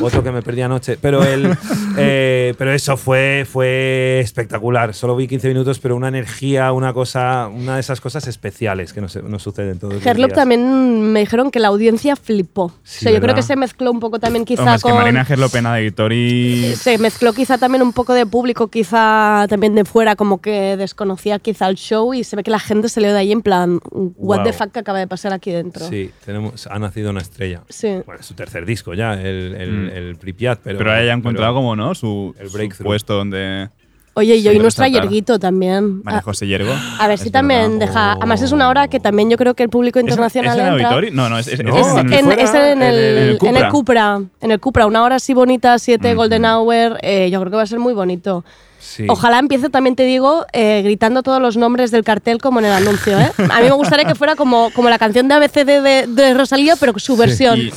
Speaker 5: Otro que me perdí anoche. Pero, el, eh, pero eso fue, fue espectacular. Solo vi 15 minutos, pero una energía, una cosa, una de esas cosas especiales que no, se- no suceden todos los
Speaker 4: Herlop
Speaker 5: días.
Speaker 4: también mm, me dijeron que la audiencia flipó. o
Speaker 5: Sí,
Speaker 4: sea, yo creo
Speaker 5: ¿verdad?
Speaker 4: que se mezcló un poco también quizá
Speaker 3: Hombre, es que
Speaker 4: con...
Speaker 3: Marina Gerlopena de Auditori.
Speaker 4: Eh, se mezcló quizá también un poco de público, quizá también de fuera, como que desconocía quizá el show y se ve que la gente se dio de ahí en plan, what
Speaker 5: Guau.
Speaker 4: the fuck que acaba de pasar aquí dentro.
Speaker 5: Sí, tenemos, ha nacido una estrella.
Speaker 4: Sí.
Speaker 5: Bueno, es su tercer disco ya, el, el,
Speaker 3: Mm.
Speaker 5: el Pripyat, pero.
Speaker 3: Pero ella ha encontrado
Speaker 5: pero-
Speaker 3: como, ¿no? Su,
Speaker 5: El
Speaker 3: su
Speaker 5: breakthrough.
Speaker 3: puesto donde
Speaker 4: Oye, y hoy
Speaker 3: Sí,
Speaker 4: nuestra
Speaker 3: resaltar.
Speaker 4: Yerguito también.
Speaker 3: María
Speaker 4: A,
Speaker 3: José Hiergo.
Speaker 4: Ah. a ver si también
Speaker 5: verdad.
Speaker 4: deja...
Speaker 5: Oh.
Speaker 4: Además es una hora que también yo creo que el público
Speaker 3: ¿Es-
Speaker 4: internacional
Speaker 3: ¿Es, en Oh. el
Speaker 4: entra.
Speaker 3: Auditori? No, no, es, es-
Speaker 5: No,
Speaker 3: es
Speaker 4: Es en,
Speaker 5: en el fuera,
Speaker 4: es en el,
Speaker 5: en el
Speaker 4: en el
Speaker 3: Cupra.
Speaker 4: Cupra, en el Cupra, una hora así bonita, 7 Golden Hour, eh, yo creo que va a ser muy bonito.
Speaker 5: Sí.
Speaker 4: Ojalá empiece, también te digo, eh, gritando todos los nombres del cartel como en el anuncio. ¿eh? A mí me gustaría que fuera como, como la canción de ABCD de, de Rosalía, pero su versión.
Speaker 3: Y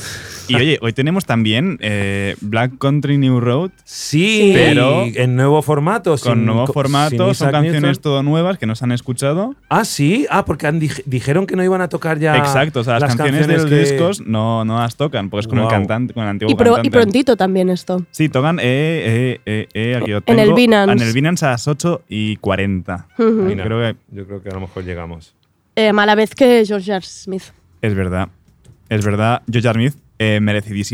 Speaker 3: Y oye, hoy tenemos también eh, Black Country New Road
Speaker 5: Sí,
Speaker 3: Pero-
Speaker 5: en nuevo formato.
Speaker 3: con
Speaker 5: sin-
Speaker 3: nuevo
Speaker 5: co- sin
Speaker 3: formato, son
Speaker 5: Isaac
Speaker 3: canciones
Speaker 5: Newton.
Speaker 3: todo nuevas que nos han escuchado.
Speaker 5: Ah, sí, ah, porque han dij- dijeron que no iban a tocar ya.
Speaker 3: Exacto, o sea, las, canciones, de
Speaker 5: que-
Speaker 3: los discos no, no las tocan, porque es con el
Speaker 5: Guau.
Speaker 3: cantante, con el antiguo
Speaker 4: Y, pro- y
Speaker 3: cantante.
Speaker 4: prontito también esto.
Speaker 3: Sí, tocan eh, eh, eh, eh, aquí lo
Speaker 4: En
Speaker 3: tengo.
Speaker 4: el Binance.
Speaker 3: En el Binance a las 8 y 40.
Speaker 4: Ujú.
Speaker 3: Ay, Creo que
Speaker 5: Yo creo que a lo mejor llegamos.
Speaker 4: Eh, a la vez que George R. Smith.
Speaker 3: es verdad. Es verdad, George Smith, eh,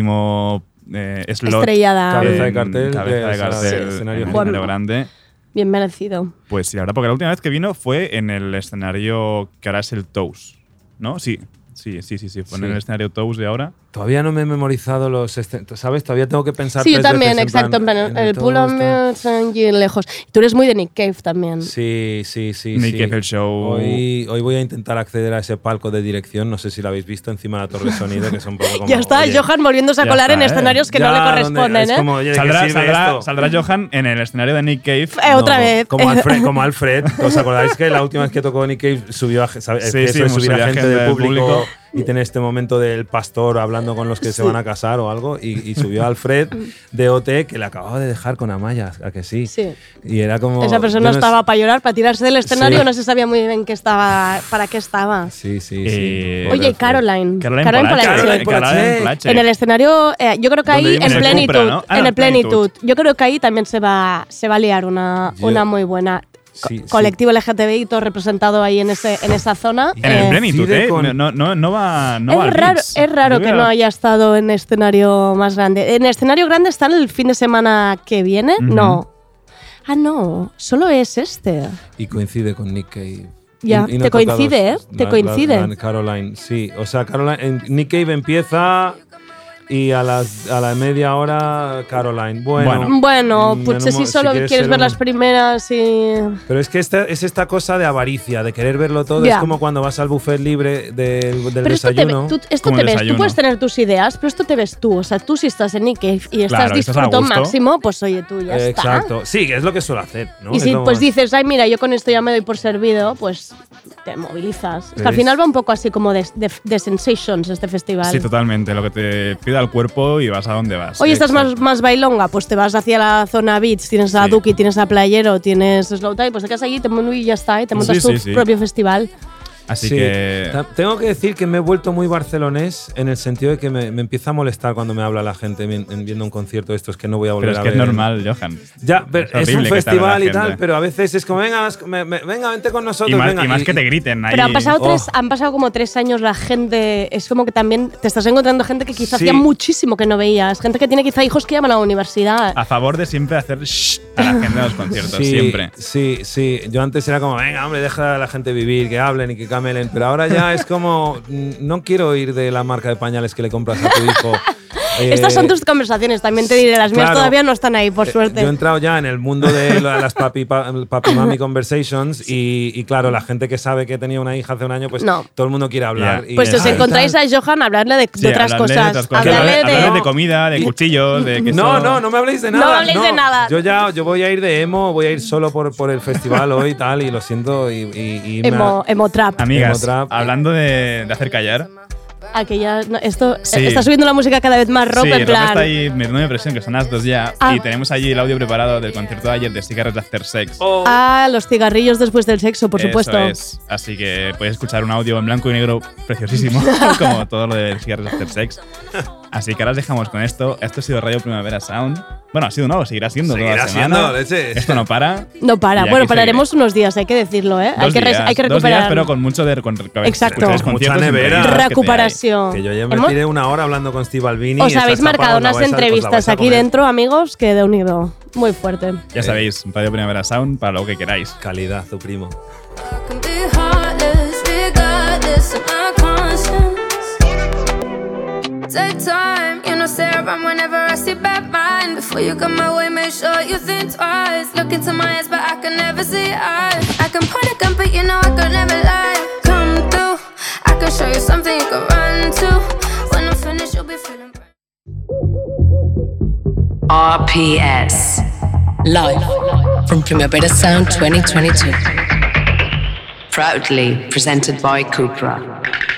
Speaker 3: merecidísimo eh, slot.
Speaker 4: Estrellada.
Speaker 5: Cabeza de
Speaker 3: en
Speaker 5: cartel
Speaker 3: Cabeza de
Speaker 5: de-
Speaker 3: cartel.
Speaker 5: sí,
Speaker 3: escenario
Speaker 5: escenario
Speaker 3: en el
Speaker 4: Juan-
Speaker 3: escenario grande.
Speaker 4: Bien merecido.
Speaker 3: Pues sí, la verdad, porque la última vez que vino fue en el escenario que ahora es el Toast, ¿no? Sí, sí, sí, sí, sí, fue
Speaker 5: Sí.
Speaker 3: en el escenario Toast de ahora.
Speaker 5: Todavía no me he memorizado los. escen- ¿Sabes? Todavía tengo que pensar.
Speaker 4: Sí, yo
Speaker 5: tres
Speaker 4: también,
Speaker 5: veces, en
Speaker 4: exacto.
Speaker 5: plan,
Speaker 4: en plan,
Speaker 5: en
Speaker 4: el
Speaker 5: todo
Speaker 4: pull on
Speaker 5: está-
Speaker 4: me son bien lejos. Tú eres muy de Nick Cave también.
Speaker 5: Sí, sí, sí.
Speaker 3: Nick
Speaker 5: sí.
Speaker 3: Cave, el show.
Speaker 5: Hoy, hoy voy a intentar acceder a ese palco de dirección. No sé si lo habéis visto encima de la torre de sonido, que son un poco como.
Speaker 4: ya está,
Speaker 5: oye,
Speaker 4: Johan volviéndose a
Speaker 3: ya
Speaker 4: colar
Speaker 3: está,
Speaker 4: en
Speaker 3: ¿eh?
Speaker 4: escenarios que no
Speaker 5: ya,
Speaker 4: le
Speaker 5: donde-
Speaker 4: corresponden,
Speaker 5: es
Speaker 4: ¿eh?
Speaker 5: como, oye, ¿de qué
Speaker 3: Saldrá,
Speaker 5: sirve
Speaker 3: saldrá,
Speaker 5: esto?
Speaker 3: saldrá Johan en el escenario de Nick Cave.
Speaker 4: Eh, otra
Speaker 5: No,
Speaker 4: vez.
Speaker 5: Como
Speaker 4: (laughs)
Speaker 5: Alfred, como Alfred. ¿Os acordáis que la última vez que tocó Nick Cave subió a, ¿sabes?
Speaker 3: Sí,
Speaker 5: Es que
Speaker 3: sí,
Speaker 5: eso es subir a
Speaker 3: subía
Speaker 5: gente
Speaker 3: gente
Speaker 5: del
Speaker 3: del
Speaker 5: público,
Speaker 3: público.
Speaker 5: y tener este momento del pastor hablando con los que se van a casar o algo? Y, y subió a Alfred de OT que le acababa de dejar con Amaya, ¿a que sí?
Speaker 4: Sí.
Speaker 5: Y era como.
Speaker 4: Esa persona
Speaker 5: yo no sé-
Speaker 4: estaba para llorar, para tirarse del escenario,
Speaker 5: Sí.
Speaker 4: no se sabía muy bien qué estaba, para qué estaba.
Speaker 5: Sí, sí, sí.
Speaker 3: Eh,
Speaker 5: Pobre
Speaker 4: Oye,
Speaker 5: Alfred.
Speaker 4: Caroline.
Speaker 3: Caroline Polache.
Speaker 4: Polache.
Speaker 5: Caroline Polache.
Speaker 4: En el escenario, eh, yo creo que
Speaker 3: Donde
Speaker 4: ahí
Speaker 3: vimos
Speaker 4: en
Speaker 3: el
Speaker 4: plenitud,
Speaker 3: Cupra, ¿no? Ah,
Speaker 4: en
Speaker 3: no,
Speaker 4: el plenitud,
Speaker 3: plenitud.
Speaker 4: yo creo que ahí también se va, se va a liar una,
Speaker 5: Yo-
Speaker 4: una muy buena. Co-
Speaker 5: Sí, sí.
Speaker 4: colectivo LGTBI todo representado ahí en ese en esa zona.
Speaker 3: En el
Speaker 4: Eh,
Speaker 3: plenitud,
Speaker 5: Decide
Speaker 3: ¿eh?
Speaker 5: con-
Speaker 3: No, no, no va, no va al
Speaker 4: es, raro,
Speaker 3: Ritz.
Speaker 4: es raro
Speaker 3: Yo
Speaker 4: que
Speaker 3: creo
Speaker 4: no haya estado en escenario más grande. En escenario grande están el fin de semana que viene.
Speaker 3: Ujú.
Speaker 4: No. Ah, no. Solo es este.
Speaker 5: Y coincide con Nick Cave.
Speaker 4: Ya,
Speaker 5: Y- y no
Speaker 4: te
Speaker 5: toca dos-
Speaker 4: coincide, ¿eh? Te
Speaker 5: la-
Speaker 4: coincide.
Speaker 5: la- la Caroline, sí. O sea, Caroline, en- Nick Cave empieza y a, las, a la media hora Caroline.
Speaker 3: Ah,
Speaker 5: Bueno,
Speaker 4: Bueno,
Speaker 5: mm,
Speaker 4: pues
Speaker 5: en un
Speaker 4: si
Speaker 5: mo-
Speaker 4: solo quieres
Speaker 5: ser
Speaker 4: ver
Speaker 5: un-
Speaker 4: las primeras y.
Speaker 5: Pero es que esta, es esta cosa de avaricia, de querer verlo todo.
Speaker 4: Ya.
Speaker 5: Es como cuando vas al buffet libre del, del
Speaker 4: Pero esto te, ve-
Speaker 5: desayuno.
Speaker 4: tú, esto
Speaker 3: Como
Speaker 4: te
Speaker 3: el
Speaker 4: ves, tú
Speaker 3: desayuno.
Speaker 4: puedes tener tus ideas, pero esto te ves tú. O sea, tú si estás en Nick Cave y estás
Speaker 3: Claro, estás a
Speaker 4: disfruto
Speaker 3: gusto.
Speaker 4: máximo, pues oye, tú ya
Speaker 5: Eh,
Speaker 4: está.
Speaker 5: Exacto. Sí, que es lo que suelo hacer, ¿no?
Speaker 4: Y
Speaker 5: Es
Speaker 4: si
Speaker 5: lo
Speaker 4: pues
Speaker 5: más-
Speaker 4: dices, ay, mira, yo con esto ya me doy por servido, pues te movilizas. Es que al
Speaker 5: ¿Ves?
Speaker 4: final va un poco así como de, de- de sensations este festival.
Speaker 3: Sí, totalmente. Lo que te pida el cuerpo y vas a donde vas.
Speaker 4: Oye, estás más, más bailonga, pues te vas hacia la zona beach, tienes a
Speaker 3: Sí.
Speaker 4: Duki, tienes a Playero, tienes Slow Time, pues te quedas allí te mon- y ya está, y te montas
Speaker 3: Sí,
Speaker 4: tu
Speaker 3: sí, sí.
Speaker 4: propio festival.
Speaker 3: Así
Speaker 5: Sí.
Speaker 3: que.
Speaker 5: Ta- Tengo que decir que me he vuelto muy barcelonés en el sentido de que me, me empieza a molestar cuando me habla la gente vi- en- viendo un concierto de estos que no voy a volver
Speaker 3: Pero es
Speaker 5: a
Speaker 3: que
Speaker 5: ver.
Speaker 3: es normal, Johan.
Speaker 5: Ya, pero
Speaker 3: Es
Speaker 5: es,
Speaker 3: horrible que te
Speaker 5: un
Speaker 3: hable
Speaker 5: festival
Speaker 3: la
Speaker 5: y tal,
Speaker 3: gente.
Speaker 5: pero a veces es como, venga, vas- me- me- venga vente con
Speaker 3: Y
Speaker 5: nosotros.
Speaker 3: más,
Speaker 5: venga.
Speaker 3: y más que te griten ahí.
Speaker 4: Pero han pasado,
Speaker 5: oh.
Speaker 4: tres, han pasado como tres años la gente, es como que también te estás encontrando gente que quizás
Speaker 5: Sí.
Speaker 4: hacía muchísimo que no veías, gente que tiene quizá hijos que llaman a la universidad.
Speaker 3: A favor de siempre hacer shh a la gente de los conciertos,
Speaker 5: Sí,
Speaker 3: siempre.
Speaker 5: Sí, sí. Yo antes era como, venga, hombre, deja a la gente vivir, que hablen y que camelen. Pero ahora ya es como, (laughs) mm, no quiero ir de la marca de pañales que le compras a tu
Speaker 4: (laughs)
Speaker 5: hijo. Eh,
Speaker 4: Estas son tus conversaciones, también te diré, las mías
Speaker 5: claro.
Speaker 4: todavía no están ahí, por
Speaker 3: Eh,
Speaker 4: suerte.
Speaker 5: Yo he entrado ya en el mundo de la- las papi, pa- papi mami conversations y, y claro, la gente que sabe que tenía una hija hace un año, pues
Speaker 4: No.
Speaker 5: todo el mundo quiere hablar.
Speaker 3: Ya.
Speaker 5: y-
Speaker 4: Pues si os
Speaker 5: Ah, y
Speaker 4: encontráis
Speaker 5: tal.
Speaker 4: a Johan, hablarle de, de
Speaker 3: Sí,
Speaker 4: otras
Speaker 3: hablarle de
Speaker 4: cosas.
Speaker 3: otras cosas.
Speaker 4: Hablarle de.
Speaker 3: Hablarle de comida, de cuchillos, de que
Speaker 5: No,
Speaker 3: eso-
Speaker 5: no, no me habléis
Speaker 4: (laughs)
Speaker 5: de
Speaker 4: No
Speaker 5: nada.
Speaker 4: habléis de nada.
Speaker 5: Yo ya yo voy a ir de emo, voy a ir solo por, por el festival hoy y tal, y lo siento. Y, y- y me-
Speaker 4: Emo, emo trap.
Speaker 3: Amigas,
Speaker 5: Tengo otra-
Speaker 3: hablando de, de hacer callar.
Speaker 4: Aquella, Ah, no, esto eh,
Speaker 3: Sí.
Speaker 4: está subiendo la música cada vez más rock
Speaker 3: sí,
Speaker 4: en
Speaker 3: Rob
Speaker 4: plan.
Speaker 3: está ahí, me da la impresión que son las dos ya.
Speaker 4: Ah.
Speaker 3: Y tenemos allí el audio preparado del concierto de ayer de Cigarettes After Sex.
Speaker 4: Ah, los cigarrillos después del sexo, por
Speaker 3: Eso
Speaker 4: supuesto.
Speaker 3: es. Así que puedes escuchar un audio en blanco y negro
Speaker 4: (laughs)
Speaker 3: preciosísimo, (laughs) como todo lo de Cigarettes After Sex. Así que ahora os dejamos con esto. Esto ha sido Radio Primavera Sound. Bueno, ha sido no, seguirá siendo toda
Speaker 5: Seguirá
Speaker 3: la semana.
Speaker 5: siendo, leche.
Speaker 3: Esto no para.
Speaker 4: No para.
Speaker 3: Y aquí
Speaker 4: Bueno, pararemos unos días, hay que decirlo, ¿eh? hay,
Speaker 3: Dos
Speaker 4: que res-
Speaker 3: días,
Speaker 4: hay que
Speaker 3: dos días,
Speaker 4: recuperar.
Speaker 3: pero con mucho de con, con- con-
Speaker 4: Exacto.
Speaker 3: con-
Speaker 5: Mucha
Speaker 3: conciertos
Speaker 5: nevera.
Speaker 3: entrevistas que te hay.
Speaker 4: Recuperación.
Speaker 5: Que yo ya me
Speaker 4: Hemos-
Speaker 5: tiré una hora hablando con Steve Albini.
Speaker 4: Os
Speaker 5: esa
Speaker 4: habéis
Speaker 5: chapa
Speaker 4: marcado
Speaker 5: os la
Speaker 4: unas
Speaker 5: vais a- os la
Speaker 4: entrevistas
Speaker 5: vais a
Speaker 4: aquí
Speaker 5: comer.
Speaker 4: dentro, amigos, que de un nivel muy fuerte.
Speaker 3: Ya sabéis, Radio Primavera Sound para lo que queráis.
Speaker 5: Calidad, tu primo.
Speaker 6: can be heartless, regardless of my conscience. Take time, you know, say around whenever I see bad mind. Before you come my way, make sure you think twice. Look into my eyes, but I can never see eyes. I can point a gun, but you know I could never lie. Come through, I can show you something you can run to. When I'm finished, you'll be feeling bright.
Speaker 1: RPS. Live from Primavera Sound 2022. Proudly presented by Cupra.